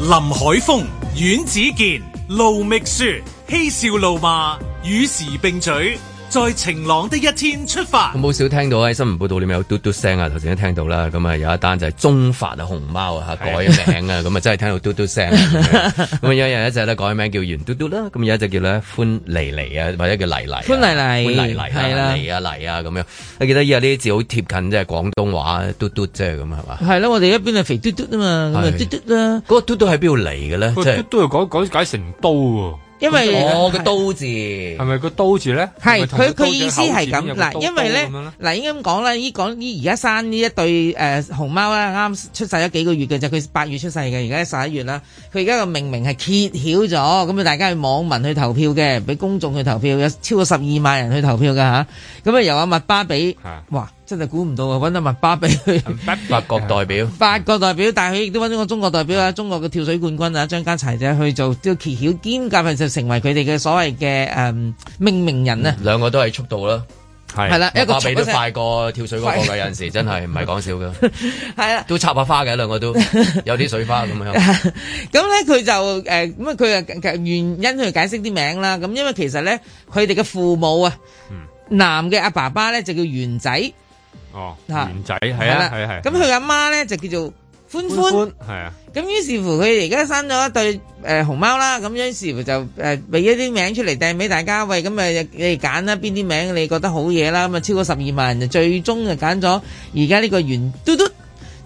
S1: 林海峰、阮子健、路觅雪，嬉笑怒罵，與時並舉，在晴朗的一天出發。
S2: 咁好少聽到喺哎新聞報道裏面有嘟嘟聲啊，頭先都聽到啦。咁啊有一單就係中法啊熊貓啊改名啊，咁啊真係聽到嘟嘟聲
S4: <laughs>
S2: 啊。咁啊有有一隻咧改名叫圓嘟嘟啦，咁有一隻叫咧歡妮妮啊，或者叫黎黎啊。
S4: 歡妮妮
S2: 歡妮妮啊
S4: 係啦
S2: 嚟啊嚟啊咁樣。你記得依家呢啲字好貼近即係廣東話嘟嘟啫咁係嘛？
S4: 係啦，我哋一邊係肥嘟嘟啊嘛，咁啊
S2: 係
S4: 嘟嘟啦。
S2: 嗰個嘟嘟喺邊度嚟嘅咧？即係
S3: 都要講講解成刀喎。
S4: 因為
S2: 我嘅刀字係
S3: 咪個刀字咧？
S4: 係
S3: 係咪同個
S4: 佢
S3: 刀
S4: 佢
S3: 字
S4: 意思
S3: 口
S4: 係
S3: 字
S4: 咁
S3: 有個
S4: 嗱，
S3: 刀
S4: 因為咧
S3: 刀咁樣呢
S4: 嗱應該咁講啦，依講依而家生呢一對誒、呃熊貓啦，啱出世咗幾個月嘅就佢八月出世嘅，而家十一月啦。佢而家個命名係揭曉咗，咁啊大家去網民去投票嘅，俾公眾去投票，有超過十二萬人去投票㗎吓。咁啊由阿麥巴比，哇真係估唔到啊，揾阿麥巴比去。
S2: 法國代表。
S4: 八個代表，但係佢亦都揾咗個中國代表啊，中國嘅跳水冠軍啊，張家齊仔去做都揭曉兼夾，就成為佢哋嘅所謂嘅誒命名人啊。
S2: 兩個都係速度啦，係
S4: 係啦一個
S2: 馬比
S4: 速
S2: 都
S4: 嗰隻
S2: 快過跳水嗰個
S4: 快
S2: 嘅，有陣時真係唔係講笑嘅，
S4: 係啦，
S2: 都插下花嘅兩
S3: <laughs>
S2: 個都有啲水花咁樣。
S4: 咁咧佢就誒咁啊，佢啊原因去解釋啲名啦。咁因為其實咧，佢哋嘅父母啊，
S3: 嗯
S4: 男嘅阿爸爸咧就叫元仔，
S3: 哦，
S4: 嚇
S3: 圓仔係啊，係啊係。
S4: 咁佢阿媽咧就叫做歡
S3: 歡
S4: 歡
S3: 歡。係啊，
S4: 咁於是乎佢而家生咗一對誒、呃熊貓啦，咁於是乎就誒俾、一啲名出嚟掟俾大家，喂咁誒你哋揀啦，邊啲名你覺得好嘢啦，咁啊超過十二萬人就最終就揀咗而家呢個圓嘟嘟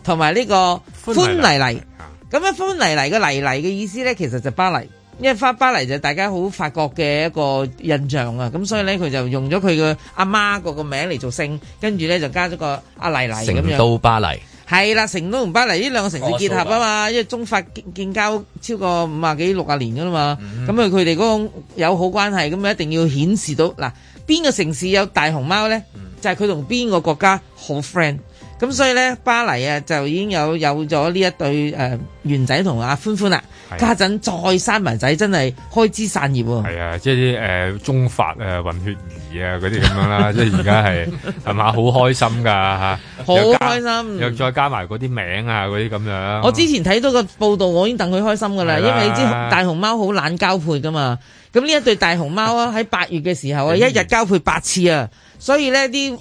S4: 同埋呢個歡泥泥。咁啊歡泥泥嘅泥泥嘅意思咧，其實就巴黎。因為花巴黎就大家好法國嘅一個印象啊，咁所以咧佢就用咗佢嘅阿媽個個名嚟做姓，跟住咧就加咗個阿麗麗咁樣。
S2: 成都巴黎，
S4: 係啦，成都同巴黎呢兩個城市結合啊嘛，因為中法建建交超過五啊幾六啊年噶啦嘛，咁啊佢哋嗰個友好關係，咁啊一定要顯示到嗱邊個城市有大熊貓咧，就係佢同邊個國家好 friend。咁所以咧，巴黎啊就已經有有咗呢一對誒、呃、圓仔同阿歡歡啦，
S3: 係
S4: 家陣再生埋仔真係開枝散葉喎。
S3: 係啊，即係啲誒中法誒混血兒啊嗰啲咁樣
S4: <laughs>
S3: 啦，即係而家係係嘛，好開心㗎嚇，
S4: 好
S3: 又加
S4: 開心
S3: 又再加埋嗰啲名啊嗰啲咁樣。
S4: 我之前睇到個報道，我已經戥佢開心噶啦，
S3: 係
S4: 因
S3: 啦
S4: 為你知大熊貓好懶交配噶嘛。咁呢一對大熊貓啊，喺八月嘅時候
S3: 嗯
S4: 啊，一日交配八次啊，所以呢啲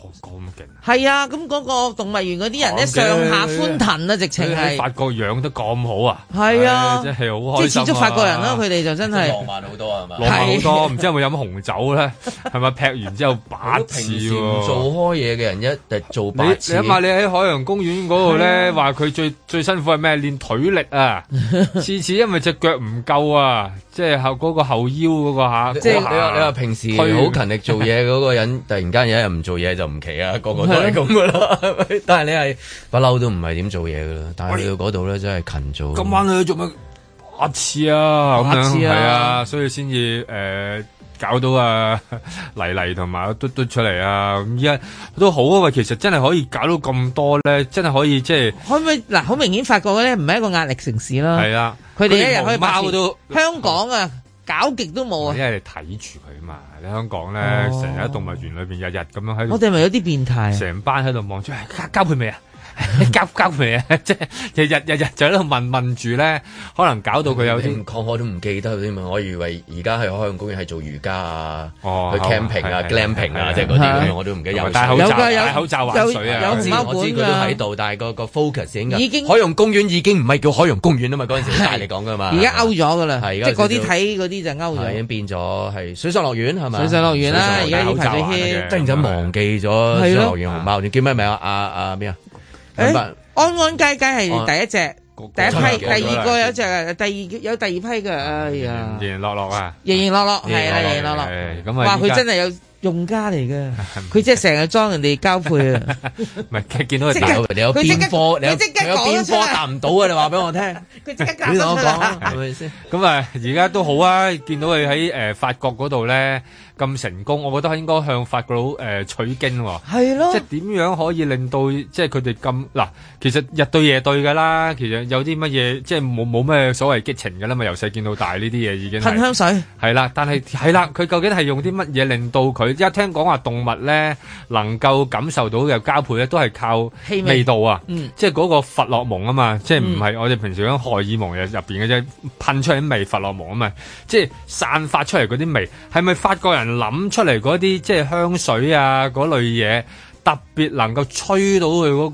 S4: 係啊，咁嗰個動物園嗰啲人咧
S3: 哦咁嘅
S4: 上下歡騰啊，直情
S3: 佢喺法
S4: 係
S3: 國養得咁好啊！
S4: 係啊
S3: 唉真係好
S4: 即係
S3: 開心
S4: 始
S3: 啊！
S4: 足法國人啦，佢哋就真係
S2: 浪漫好多啊係嘛
S3: 浪漫好多，唔知有冇飲紅酒咧？ <laughs> 係咪劈完之後八次
S2: 平時唔
S3: 喎？
S2: 做開嘢嘅人一日做
S3: 你
S2: 八
S3: 你
S2: 次。
S3: 諗下，你喺海洋公園嗰度咧，話佢最最辛苦係咩？練腿力 <laughs> 啊！次次因為只腳唔夠啊，即係後嗰個後腰嗰個下。
S2: 即係你話你話平時好勤力做嘢嗰個人， <laughs> 突然間有一日唔做嘢就唔奇
S3: <laughs>
S2: 啊，個個都係咁噶啦。係咪但係你係不嬲都唔係點做嘢噶啦，但係去到嗰度咧真係勤做。
S3: 今晚你去做乜？八次啊，咁樣
S2: 八次啊
S3: 係啊，所以先至誒搞到啊 <laughs> 黎黎同埋嘟嘟出嚟啊！咁依家都好啊，喂，其實真係可以搞到咁多咧，真係可以即係
S4: 可唔可以嗱？好明顯法國咧唔係一個壓力城市啦。
S3: 係啊，
S4: 佢哋一日可以
S3: 熊
S4: 八
S3: 貓
S4: 次
S3: 都。
S4: 香港啊，搞極都冇啊
S3: 因！為你睇住佢嘛，你香港咧
S4: 哦
S3: 成日喺動物園裏邊日日咁樣喺度，
S4: 我哋係咪有啲變態啊？
S3: 成班喺度望住，哎交交配未啊？ <laughs> 急急未啊？ <laughs> 即係日日日日就喺度問問住咧，可能搞到佢有
S2: 唔
S3: 啲
S2: 講我都唔記得添啊！我以為而家喺海洋公園係做瑜伽啊、
S3: 哦
S2: 去 camping 啊、
S3: 係係
S2: glamping 啊，
S3: 係
S2: 即係嗰啲
S3: 係啊
S2: 我都唔記得
S3: 同埋
S2: 有
S3: 戴口罩有㗎有
S2: 戴
S3: 戴口罩玩水啊有有
S2: 我知
S3: 墨
S2: 我知佢都
S3: 本㗎
S2: 喺度，但係個個 focus 已經
S4: 已經
S2: 海洋公園已經唔係叫海洋公園啊嘛，嗰陣時帶嚟講噶嘛，
S4: 而家勾咗噶啦，
S2: 啊係
S4: 即係
S2: 而家
S4: 嗰啲
S2: 叫做
S4: 睇嗰啲就勾
S2: 係已
S4: 咗。
S2: 經變咗係水上樂園係咪？
S4: 水上樂園啦
S2: 水上樂園
S4: 而家呢排最 hit
S2: 突然間忘記咗水上樂園熊貓，你叫咩名啊？啊啊
S4: <laughs>
S2: 咩啊？兩百
S4: 安安佳佳係第一隻，第一批，
S2: 真係
S4: 第二個有隻，第二有第二批嘅，
S2: 啊
S4: 哎呀，
S3: 仍然落落啊！
S4: 盈盈樂樂係啦，盈
S3: 盈盈
S4: 盈
S3: 樂
S4: 樂
S3: 樂係咁
S4: 樂，
S3: 啊
S4: 哇！
S3: 依
S4: 佢
S3: 家
S4: 真係有用家嚟
S2: <laughs>
S4: 嘅，佢真係成日裝人哋交配啊！
S3: 唔係 <laughs> 見到佢
S4: 即刻
S3: 大佬
S2: 你有
S4: 佢即刻
S2: 邊科？你有
S4: 佢即刻
S2: 你有
S4: 講咗
S2: 邊
S4: 出嚟
S2: 科答唔到啊？你話俾我聽，
S4: <laughs> 佢即刻
S2: 你同我講
S3: 係
S2: 係咪先？
S3: 咁啊，而家都好啊！見到佢喺誒法國嗰度咧咁成功，我覺得應該向法國佬誒、呃取經喎。
S4: 係咯，
S3: 即係點樣可以令到即係佢哋咁嗱？其實日對夜對㗎啦，其實有啲乜嘢即係冇冇咩所謂激情㗎啦嘛，由細見到大呢啲嘢已經係
S4: 噴香水。
S3: 係啦，但係係啦，佢究竟係用啲乜嘢令到佢？一聽講話動物咧能夠感受到嘅交配咧，都係靠
S4: 氣味
S3: 味道啊，
S4: 嗯
S3: 即係嗰個佛洛蒙啊嘛，即係唔
S4: 嗯
S3: 係我哋平時講荷爾蒙入入邊嘅啫，噴出嚟啲味佛洛蒙啊嘛，即係散發出嚟嗰啲味，係咪法國人諗出嚟嗰啲即係香水啊嗰類嘢特別能夠吹到佢嗰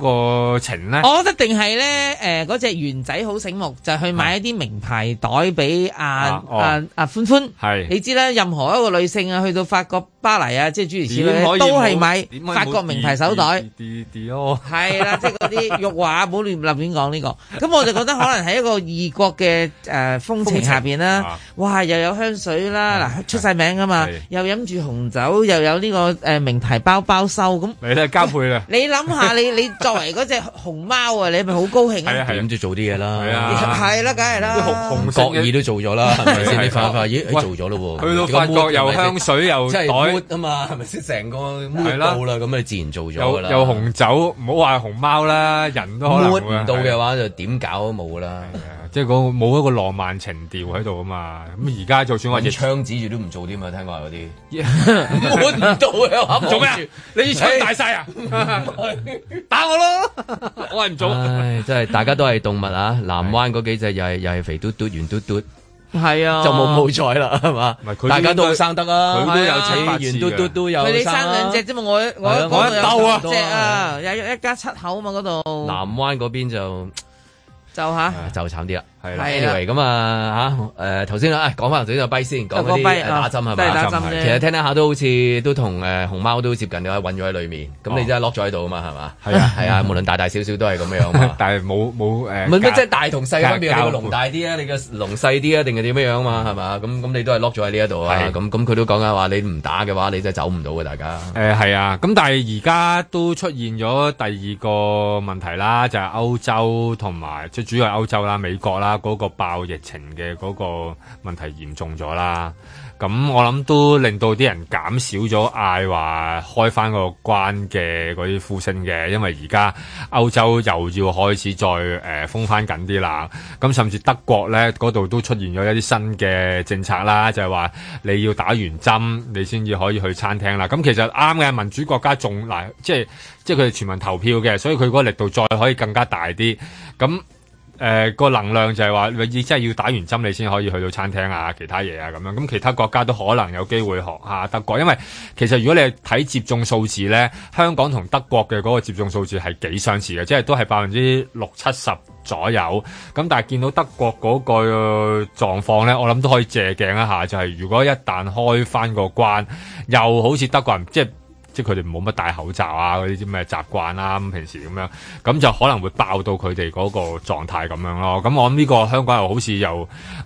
S3: 個情
S2: 啊
S3: 咧？
S4: 我覺得定係咧，誒嗰只圓仔好醒目，就去買一啲名牌袋俾阿
S3: 啊哦
S4: 阿阿歡歡。
S3: 係
S4: 你知啦，任何一個女性啊，去到法國巴黎啊，即係諸如此類
S3: 點
S4: 呢，
S3: 可以
S4: 都係
S3: 冇
S4: 買
S3: 點可以
S4: 法國
S3: 冇
S4: 名牌手袋。
S3: D D 咯，
S4: <laughs> 係
S3: <laughs>
S4: 啦，即係嗰啲玉華，唔好亂立亂講呢個。咁我就覺得可能喺一個異國嘅誒風情下邊啦，哇，又有香水啦，嗱出晒名噶嘛，又飲住紅酒，又有呢個誒名牌包包收
S3: <laughs>
S4: 咁。
S3: 你咧交配啦。
S4: 你諗下，你你作為嗰只熊貓啊，你係咪好高興啊？
S2: 諗住做啲嘢啦，係
S4: <laughs>
S3: 啊
S4: 係啦，梗係啦。
S2: 唔覺意都做咗啦，係咪先？你發發咦，
S3: 喂
S2: 咦做咗咯喎！
S3: 去到法國又香水又
S2: 即係
S3: 袋
S2: mood 啊嘛，係咪先？成個 mood
S3: 係啦
S2: 到啦，咁你自然做咗
S3: 有
S2: 㗎啦。
S3: 有紅酒，唔好話熊貓啦，人都可能
S2: mood
S3: 會
S2: 唔到嘅話，就點搞都冇啦。
S3: 啊即係嗰冇一個浪漫情調喺度啊嘛。咁而家就算話
S2: 用槍指住都唔做添啊，聽話嗰啲。
S3: 摸
S2: 唔到嘅話
S3: 做咩啊？你槍大晒 <laughs> 啊？打我咯！我係唔做。
S2: 唉，真係大家都係動物啊！南灣嗰幾隻又係又係肥嘟嘟、圓嘟嘟，
S4: 係啊
S2: 就冇冇彩啦，係嘛？
S3: 佢
S2: 大家
S3: 應該
S2: 都生得啊，
S3: 佢都有
S2: 係啊
S3: 七八次嘅
S2: 圓嘟嘟都有
S4: 佢哋生
S2: 啊
S4: 兩隻啫嘛，我我
S2: 係啊
S4: 嗰度
S2: 我一兜啊
S4: 有隻啊，有有一家七口啊嘛，嗰度
S2: 南灣嗰邊就
S4: 就吓。
S2: 就慘啲啦，係
S4: 啦係啦
S2: anyway 咁啊嚇，誒頭先啊，講翻頭先個跛先，講嗰
S4: 講
S2: 啲
S4: 跛哦
S2: 誒打針係
S4: 都
S2: 咪？
S4: 係打針啫
S2: 其實聽聽下都好似都同誒熊貓都接近，你話韞咗喺裡面，咁你真係 lock 咗喺度啊嘛，係嘛？
S3: 係啊
S2: 係啊，無論大大小小都係咁樣啊 <laughs> 嘛。
S3: 但係冇冇誒，
S2: 唔係咩？
S3: 夾
S2: 即係大同細嘅
S3: 夾
S2: 分別，你個
S3: 夾
S2: 龍大啲啊，你個龍細啲啊，定係點樣樣嘛？係嘛？咁咁你都係 lock 咗喺呢一度啊。咁咁佢都講緊話，你唔打嘅話，你真係走唔到嘅，大家。
S3: 誒係啊，咁但係而家都出現咗第二個問題啦，就係、歐洲同埋即係主要係歐洲啦、美國啦嗰、個爆疫情嘅嗰個問題嚴重咗啦。咁我諗都令到啲人減少咗嗌話開翻個關嘅嗰啲呼聲嘅，因為而家歐洲又要開始再誒、呃封翻緊啲啦。咁甚至德國咧嗰度都出現咗一啲新嘅政策啦，就係、話你要打完針你先至可以去餐廳啦。咁其實啱嘅，民主國家仲嗱，即係即係佢哋全民投票嘅，所以佢嗰個力度再可以更加大啲。咁誒、個呃能量就係話，你真係要打完針你先可以去到餐廳啊，其他嘢啊咁樣。咁其他國家都可能有機會學下德國，因為其實如果你係睇接種數字咧，香港同德國嘅嗰個接種數字係幾相似嘅，即係都係百分之六七十左右。咁但係見到德國嗰個狀況咧，我諗都可以借鏡一下，就係、如果一旦開翻個關，又好似德國人即係。即係佢哋冇乜戴口罩啊，嗰啲咩習慣啦、咁平時咁樣，咁就可能會爆到佢哋嗰個狀態咁樣咯。咁我諗呢個香港又好似又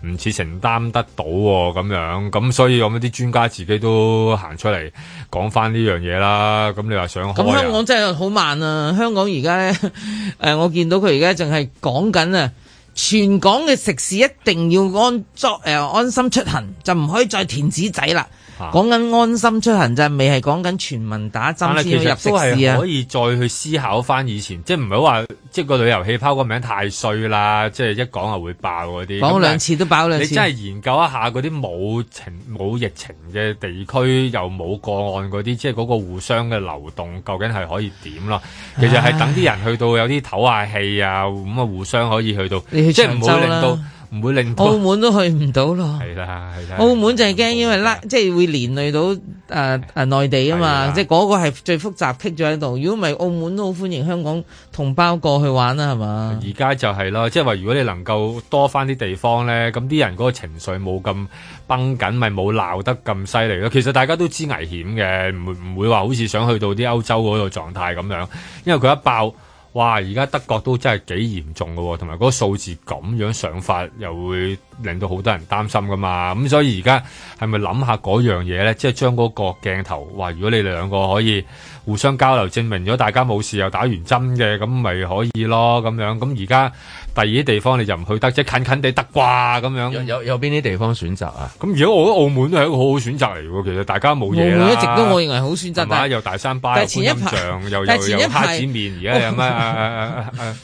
S3: 唔似承擔得到喎、咁樣，咁所以我諗啲專家自己都行出嚟講翻呢樣嘢啦。咁你話想開
S4: 咁香
S3: 啊？
S4: 港真係好慢啊！香港而家咧， <laughs> 誒、我見到佢而家淨係講緊啊，全港嘅食肆一定要安作誒、安心出行，就唔可以再填紙仔啦。
S3: 啊
S4: 講緊安心出行就未係講緊全民打
S3: 但
S4: 針先
S3: 係啊其
S4: 要入
S3: 實
S4: 食
S3: 都
S4: 肆
S3: 係
S4: 啊
S3: 可！以再去思考翻以前，即係唔係話即係個旅遊氣泡個名太衰啦，即係一講就會爆嗰啲。
S4: 講
S3: 咁
S4: 兩次都爆兩次
S3: 你真係研究一下嗰啲冇情冇疫情嘅地區又冇個案嗰啲，即係嗰個互相嘅流動究竟係可以點咯？其實係等啲人去到有啲唞下氣啊，咁啊互相可以去到，
S4: 你去
S3: 即係
S4: 長
S3: 唔會
S4: 洲
S3: 令
S4: 啦
S3: 到唔會令到
S4: 澳門都去唔到咯。
S3: 係啦係啦。
S4: 澳門就係驚，因為拉即係會連累到誒誒內地啊嘛，即係嗰個係最複雜棘咗喺度。如果唔係，澳門都好歡迎香港同胞過去玩啊啦，係嘛？
S3: 而家就係啦，即係話如果你能夠多翻啲地方咧，咁啲人嗰個情緒冇咁崩緊，咪冇鬧得咁犀利咯。其實大家都知危險嘅，唔會唔會話好似想去到啲歐洲嗰度狀態咁樣，因為佢一爆。哇！而家德國都真係幾嚴重嘅喎，同埋嗰個數字咁樣上法，又會令到好多人擔心噶嘛。咁所以而家係咪諗下嗰樣嘢咧？即係將嗰個鏡頭，哇！如果你兩個可以互相交流，證明咗大家冇事又打完針嘅，咁咪可以咯咁樣。咁而家第二啲地方你就唔去得，即係近近地得啩咁樣。有
S2: 有有邊啲地方選擇啊？
S3: 咁而家我覺得澳門都係一個好好選擇嚟喎。其實大家冇
S4: 澳
S3: 嘢
S4: 門
S3: 啦。
S4: 一直都我認為好選擇
S3: 係，嘛
S4: 但
S3: 又大三巴，
S4: 但
S3: 又
S4: 係
S3: 觀
S4: 前一
S3: 音
S4: 排
S3: 像，又
S4: 但
S3: 又
S4: 係前
S3: 又
S4: 一
S3: 蝦
S4: 排
S3: 子面，而家有咩啊啊啊啊啊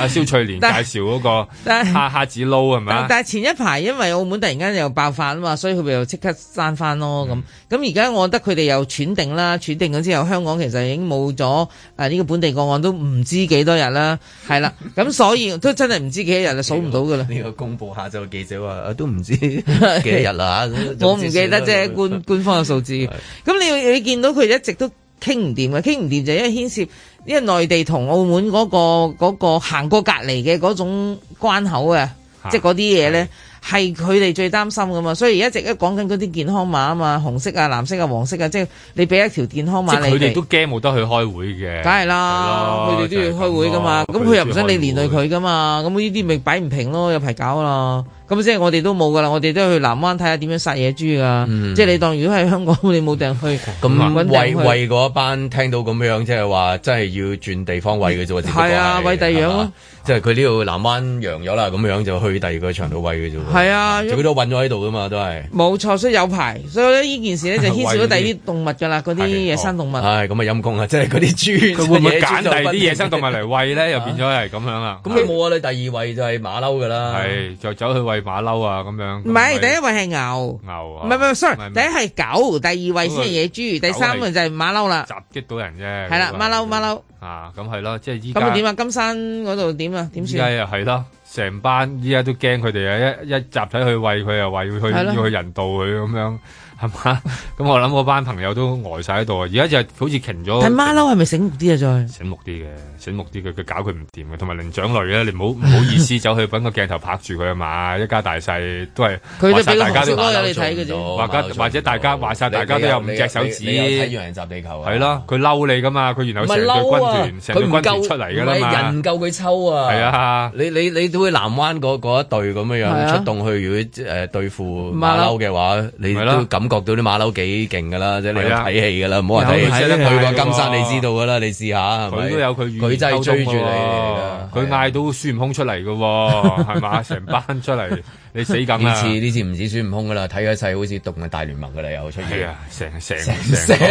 S3: 阿蕭翠蓮
S4: 但
S3: 介紹嗰個
S4: 但
S3: 蝦蝦子撈係咪
S4: 但
S3: 啊？
S4: 但係前一排因為澳門突然間又爆發啊嘛，所以佢咪又即刻閂翻咯
S3: 嗯
S4: 咁。咁而家我覺得佢哋又斷定啦，斷定咗之後，香港其實已經冇咗呃誒呢個本地個案都唔知幾多日啦，係啦。咁所以都真係唔知幾多日啦，數唔到噶啦。
S2: 呢個公佈下晝記者話啊都唔 <laughs> 知幾多日啦嚇
S4: 我唔記得啫，官官方嘅數字。咁你你見到佢一直都傾唔掂嘅，傾唔掂就因為牽涉，因為內地同澳門嗰、個嗰、個行過隔離嘅嗰種關口啊，
S9: 啊
S4: 即係嗰啲嘢咧。係佢哋最擔心噶嘛，所以一直一講緊嗰啲健康碼啊嘛，紅色啊、藍色啊、黃色啊，即係你俾一條健康
S3: 即
S4: 碼
S3: 係
S4: 你
S3: 佢哋都驚冇得去開會嘅，
S4: 梗係啦，
S3: 係
S4: 佢哋
S3: 咯
S4: 都要開會噶嘛，
S3: 就係
S4: 咁
S3: 咯
S4: 佢又唔想你連累佢噶嘛，咁呢啲咪擺唔平咯，有排搞啦。咁即係我哋都冇噶啦，我哋都去南灣睇下點樣殺野豬噶。
S2: 嗯
S4: 即係你當如果喺香港，你冇掟去，
S2: 咁
S4: 搵
S2: 為
S4: 掟去
S2: 為嗰班聽到咁樣，即係話真係要轉地方喂嘅啫喎，只不過
S4: 係啊喂第二樣咯
S2: 係嘛，即係佢呢度南灣揚咗啦，咁樣就去第二個場度喂嘅啫喎。
S4: 係啊
S2: 最多揾咗喺度噶嘛，都係。
S4: 冇錯，所以有排，所以咧呢件事咧就牽涉到第二啲動物噶啦，嗰啲野生動物。
S2: 唉，咁啊陰公啊，即係嗰啲豬，
S3: 佢會唔會
S2: 野豬
S3: 揀
S2: 就
S3: 第二啲野生動物
S2: 不
S3: 嚟喂咧？又變咗係咁樣啦。
S2: 咁你冇啊！你第二位就係馬騮噶啦，
S3: 係就走去喂馬騮啊咁樣。
S4: 唔係第一位係牛，
S3: 牛
S4: 唔
S3: 啊，
S4: 係唔係，sorry，
S3: 唔係
S4: 第一係狗，第二位先係野豬，第三位就係馬騮啦。
S3: 激到人啫。
S4: 係啦，馬騮馬騮，
S3: 啊，咁係咯，即係依
S4: 咁啊
S3: 家
S4: 點啊？金山嗰度點啊？點
S3: 依家
S4: 算？
S3: 又係咯，成班依家都驚佢哋啊！一一集體去喂佢，又話要去
S4: 係咯
S3: 要去人道佢咁樣，係嘛？ <laughs> 咁我諗嗰班朋友都呆晒喺度啊！而家就好似停咗，
S4: 但馬騮係咪醒目啲啊？再
S3: 醒目啲嘅，醒目啲嘅，佢搞佢唔掂嘅，同埋靈長類啊咧，你唔好唔
S2: <laughs>
S3: 好意思走去揾個鏡頭拍住佢啊嘛！一家大細都係
S4: 佢都
S3: 話晒
S4: 俾個
S3: 大家
S4: 紅
S3: 都
S4: 色咯你睇嘅啫
S3: 或者或者大家話晒大家都有五隻手指，
S2: 你有睇《洋人集地球》啊？
S3: 係啦，佢嬲你噶嘛，佢然
S2: 唔
S3: 後成
S2: 係
S3: 隊
S2: 嬲
S3: 軍
S2: 啊！
S3: 團成
S2: 佢
S3: 隊
S2: 唔
S3: 軍團
S2: 夠
S3: 出嚟㗎啦
S2: 唔係
S3: 嘛
S2: 人。夠佢抽啊！
S3: 係啊，
S2: 你你你都會南灣嗰嗰一隊咁樣
S3: 係
S2: 樣
S3: 啊
S2: 出動去，如果誒對付馬
S3: 馬騮
S2: 騮嘅話，你
S3: 係啦
S2: 都感覺到啲馬騮幾勁㗎啦，即係你有
S3: 係啊
S2: 睇戲㗎啦，唔好話睇
S3: 有
S2: 戲，
S3: 睇
S2: 即係
S3: 啊
S2: 去過金山
S3: 係
S2: 你
S3: 喎
S2: 知道㗎啦，你試下係咪
S3: 佢都有佢語
S2: 佢真係追住你啊
S3: 溝通喎佢
S2: 嚟㗎。
S3: 嗌到孫悟空出嚟嘅喎，係
S2: <laughs>
S3: 嘛？成班出嚟，你死梗
S2: 呢
S3: 啦！
S2: 次呢次唔止孫悟空噶啦，睇咗世好似動物大聯盟噶啦，又出
S3: 係
S2: 現
S3: 啊，成成
S2: 成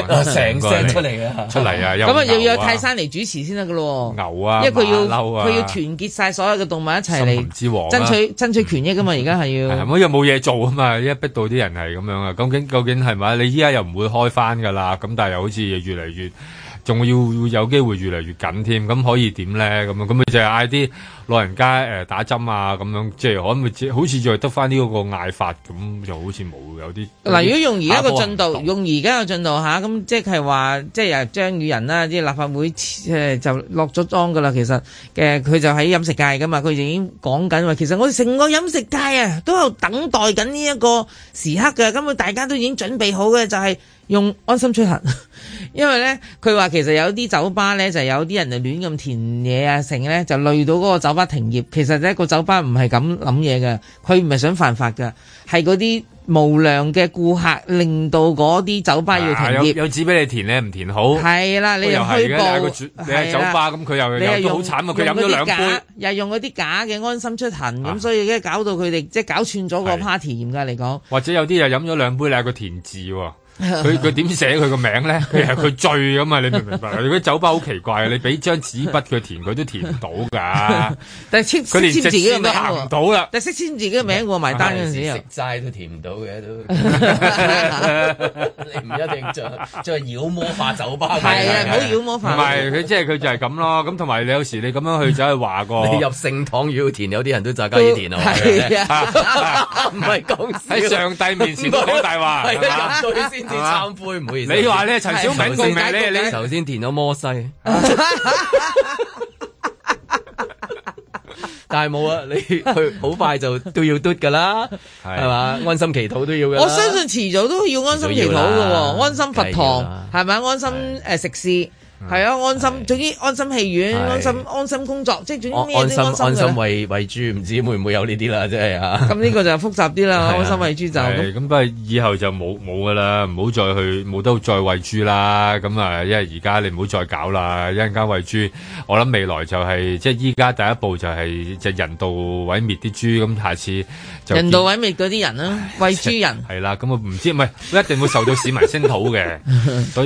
S3: 個
S2: 啊成 set 出嚟啊，
S3: 出嚟啊！有
S4: 咁啊，要
S3: 牛
S4: 有泰山嚟主持先得噶咯。
S3: 牛啊，
S4: 因為佢要
S3: 馬騮啊
S4: 佢要團結晒所有嘅動物一齊
S3: 森林
S4: 嚟
S3: 之王啊嗯
S4: 爭取爭取權益噶嘛，而家係
S3: 係
S4: 要。
S3: 咁又冇嘢做啊嘛，一逼到啲人係咁樣啊，究竟究竟係咪？你依家又唔會開翻噶啦，咁但係又好似越嚟越，仲要有機會越嚟越緊添，咁可以點咧？咁啊樣咁佢就係嗌啲老人家誒、呃打針啊，咁樣即係可唔可以只好似就得翻呢個嗌法咁，就好似冇有啲
S4: 嗱，如果用而家
S3: 啊
S4: 個進度，用而家個進度吓，咁即係話，即係又張宇人啦，啲立法會誒就落咗莊噶啦。其實嘅佢就喺飲食界噶嘛，佢已經講緊話，其實我哋成個飲食界啊，都有等待緊呢一個時刻嘅，咁啊大家都已經準備好嘅，就係、用安心出行，因為咧佢話其實有啲酒吧咧就有啲人就亂咁填嘢啊，成咧就累到嗰個酒吧停業。其實咧個酒吧唔係咁諗嘢嘅，佢唔係想犯法嘅，係嗰啲無良嘅顧客，令到嗰啲酒吧要停
S3: 啊有
S4: 業。
S3: 有紙俾你填，你唔填好，
S4: 係啦，你
S3: 都
S4: 又
S3: 又係
S4: 虛
S3: 嘅
S4: 報
S3: 你係個主你係酒吧咁佢又
S4: 你
S3: 又都好
S4: 用
S3: 慘啊佢
S4: 用
S3: 飲咗
S4: 嗰啲
S3: 兩杯
S4: 假又用嗰啲假嘅安心出行，咁所以咧搞到佢哋即係搞串咗個 party 嚴格嚟講。
S3: 或者有啲又飲咗兩杯，你係個填字
S4: <laughs>
S3: 喎。佢佢點寫佢個名咧？佢係佢醉咁啊！你明唔明白？如果酒吧好奇怪啊，你俾張紙筆佢填，佢都填唔到
S4: <laughs>
S3: 㗎。
S4: 但係簽
S3: 佢
S4: 識
S3: 連
S4: 簽自己嘅
S3: 直線都
S4: 名
S3: 行唔
S4: 喎，
S3: 到啦。
S4: 但係識簽自己嘅
S2: <laughs>
S4: 名喎，埋單嗰陣時又
S2: 食。齋都填唔到嘅
S3: <laughs>
S2: 都， <laughs> 你唔一定就就係妖魔化酒吧。
S4: 係啊唔好妖魔化
S3: 唔係佢即係佢就係咁咯。咁同埋你有時你咁樣去走去
S4: <laughs>
S3: 話個，
S2: 你入聖堂要填，有啲哦人都炸雞要填啊！
S3: 係
S2: <laughs> 啊，唔係講笑
S3: <laughs> 喺上帝面前都講
S4: <laughs>
S3: 大話
S2: 係啊
S3: 係嘛
S2: 入到去先至懺悔，唔好意思。
S3: 你話咧陳小明個名咧你
S2: 頭先填咗摩 <laughs> 西。但係冇啊！你去好快就都要嘟㗎啦，係嘛？安心祈禱都要㗎啦。
S4: 我相信遲早都要安心祈禱嘅
S2: 遲早要
S4: 喎，
S2: 啦
S4: 安心佛
S2: 梗係要
S4: 堂
S2: 啦嗯
S4: 係咪？安心誒食肆係啊，安心總之安心戲院、
S2: 係
S4: 安心安心工作，即係總之
S2: 安
S4: 咩
S2: 安
S4: 都
S2: 心
S4: 安心
S2: 安
S4: 嘅
S2: 心
S4: 啦。
S2: 為為主，唔知會唔會有呢啲啦，真係啊！
S4: 咁呢個就複雜啲
S2: <laughs>
S4: 啦，
S3: 係啊
S4: 安心為豬就
S3: 係咁，不過以後就冇冇噶啦，唔好再去冇得再喂豬啦。咁啊，因為而家你唔好再搞啦，一陣間喂豬，我諗未來就係、即係依家第一步就係就人道毀滅啲豬，咁下次就
S4: 人道毀滅嗰啲人
S2: <laughs>
S4: 啦，喂豬人。
S3: 係啦。咁啊，唔知唔係一定會受到市民聲討嘅，所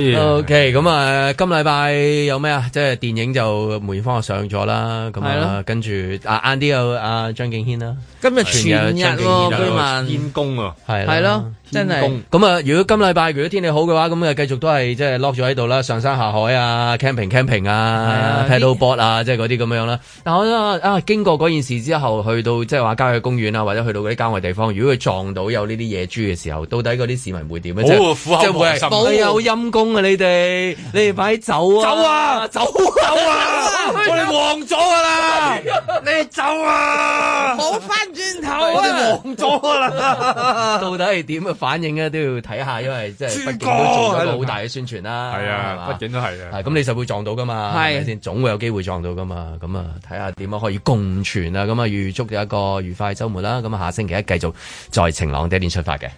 S4: <laughs>
S3: 以
S2: OK，咁啊，今禮拜有咩啊？即係電影就梅艷芳就上咗啦，咁
S4: 係
S2: 啊
S4: 咯，
S2: 跟住啊晏啲有啊張敬軒啦，
S4: 今日全日喎居民
S3: 天公啊，
S2: 係啦
S4: 係咯真係
S2: 天公咁啊！如果今禮拜如果天氣好嘅話，咁啊繼續都係即係 lock 咗喺度啦，上山下海啊，camping camping 啊
S4: 啊
S2: ，paddle board 啊，即係嗰啲咁樣啦。但我覺得啊，經過嗰件事之後，去到即係話郊野公園啊，或者去到嗰啲郊外地方，如果佢撞到有呢啲野豬嘅時候，到底嗰啲市民會點咧？即
S3: 好啊
S2: 係
S3: 苦口
S2: 即係會
S3: 婆心
S2: 係哎呀好陰公啊！你哋你哋快啲走啊！
S3: 走啊
S2: 走啊！
S3: 走啊！我哋黃咗噶啦，你走啊！
S4: 冇翻轉頭
S2: 我
S4: 啊！
S2: 哋黃咗啦，到底係點嘅反應咧？都要睇下，因為即係畢竟都做咗個好大嘅宣傳啦。
S3: 係啊
S2: 係嘛
S3: 畢竟都係啊
S2: 係咁你就會撞到噶嘛，係
S4: 係
S2: 咪先？總會有機會撞到噶嘛。咁啊，睇下點樣可以共存啊。咁啊，預祝有一個愉快嘅週末啦。咁啊，下星期一繼續在晴朗的一天出發嘅。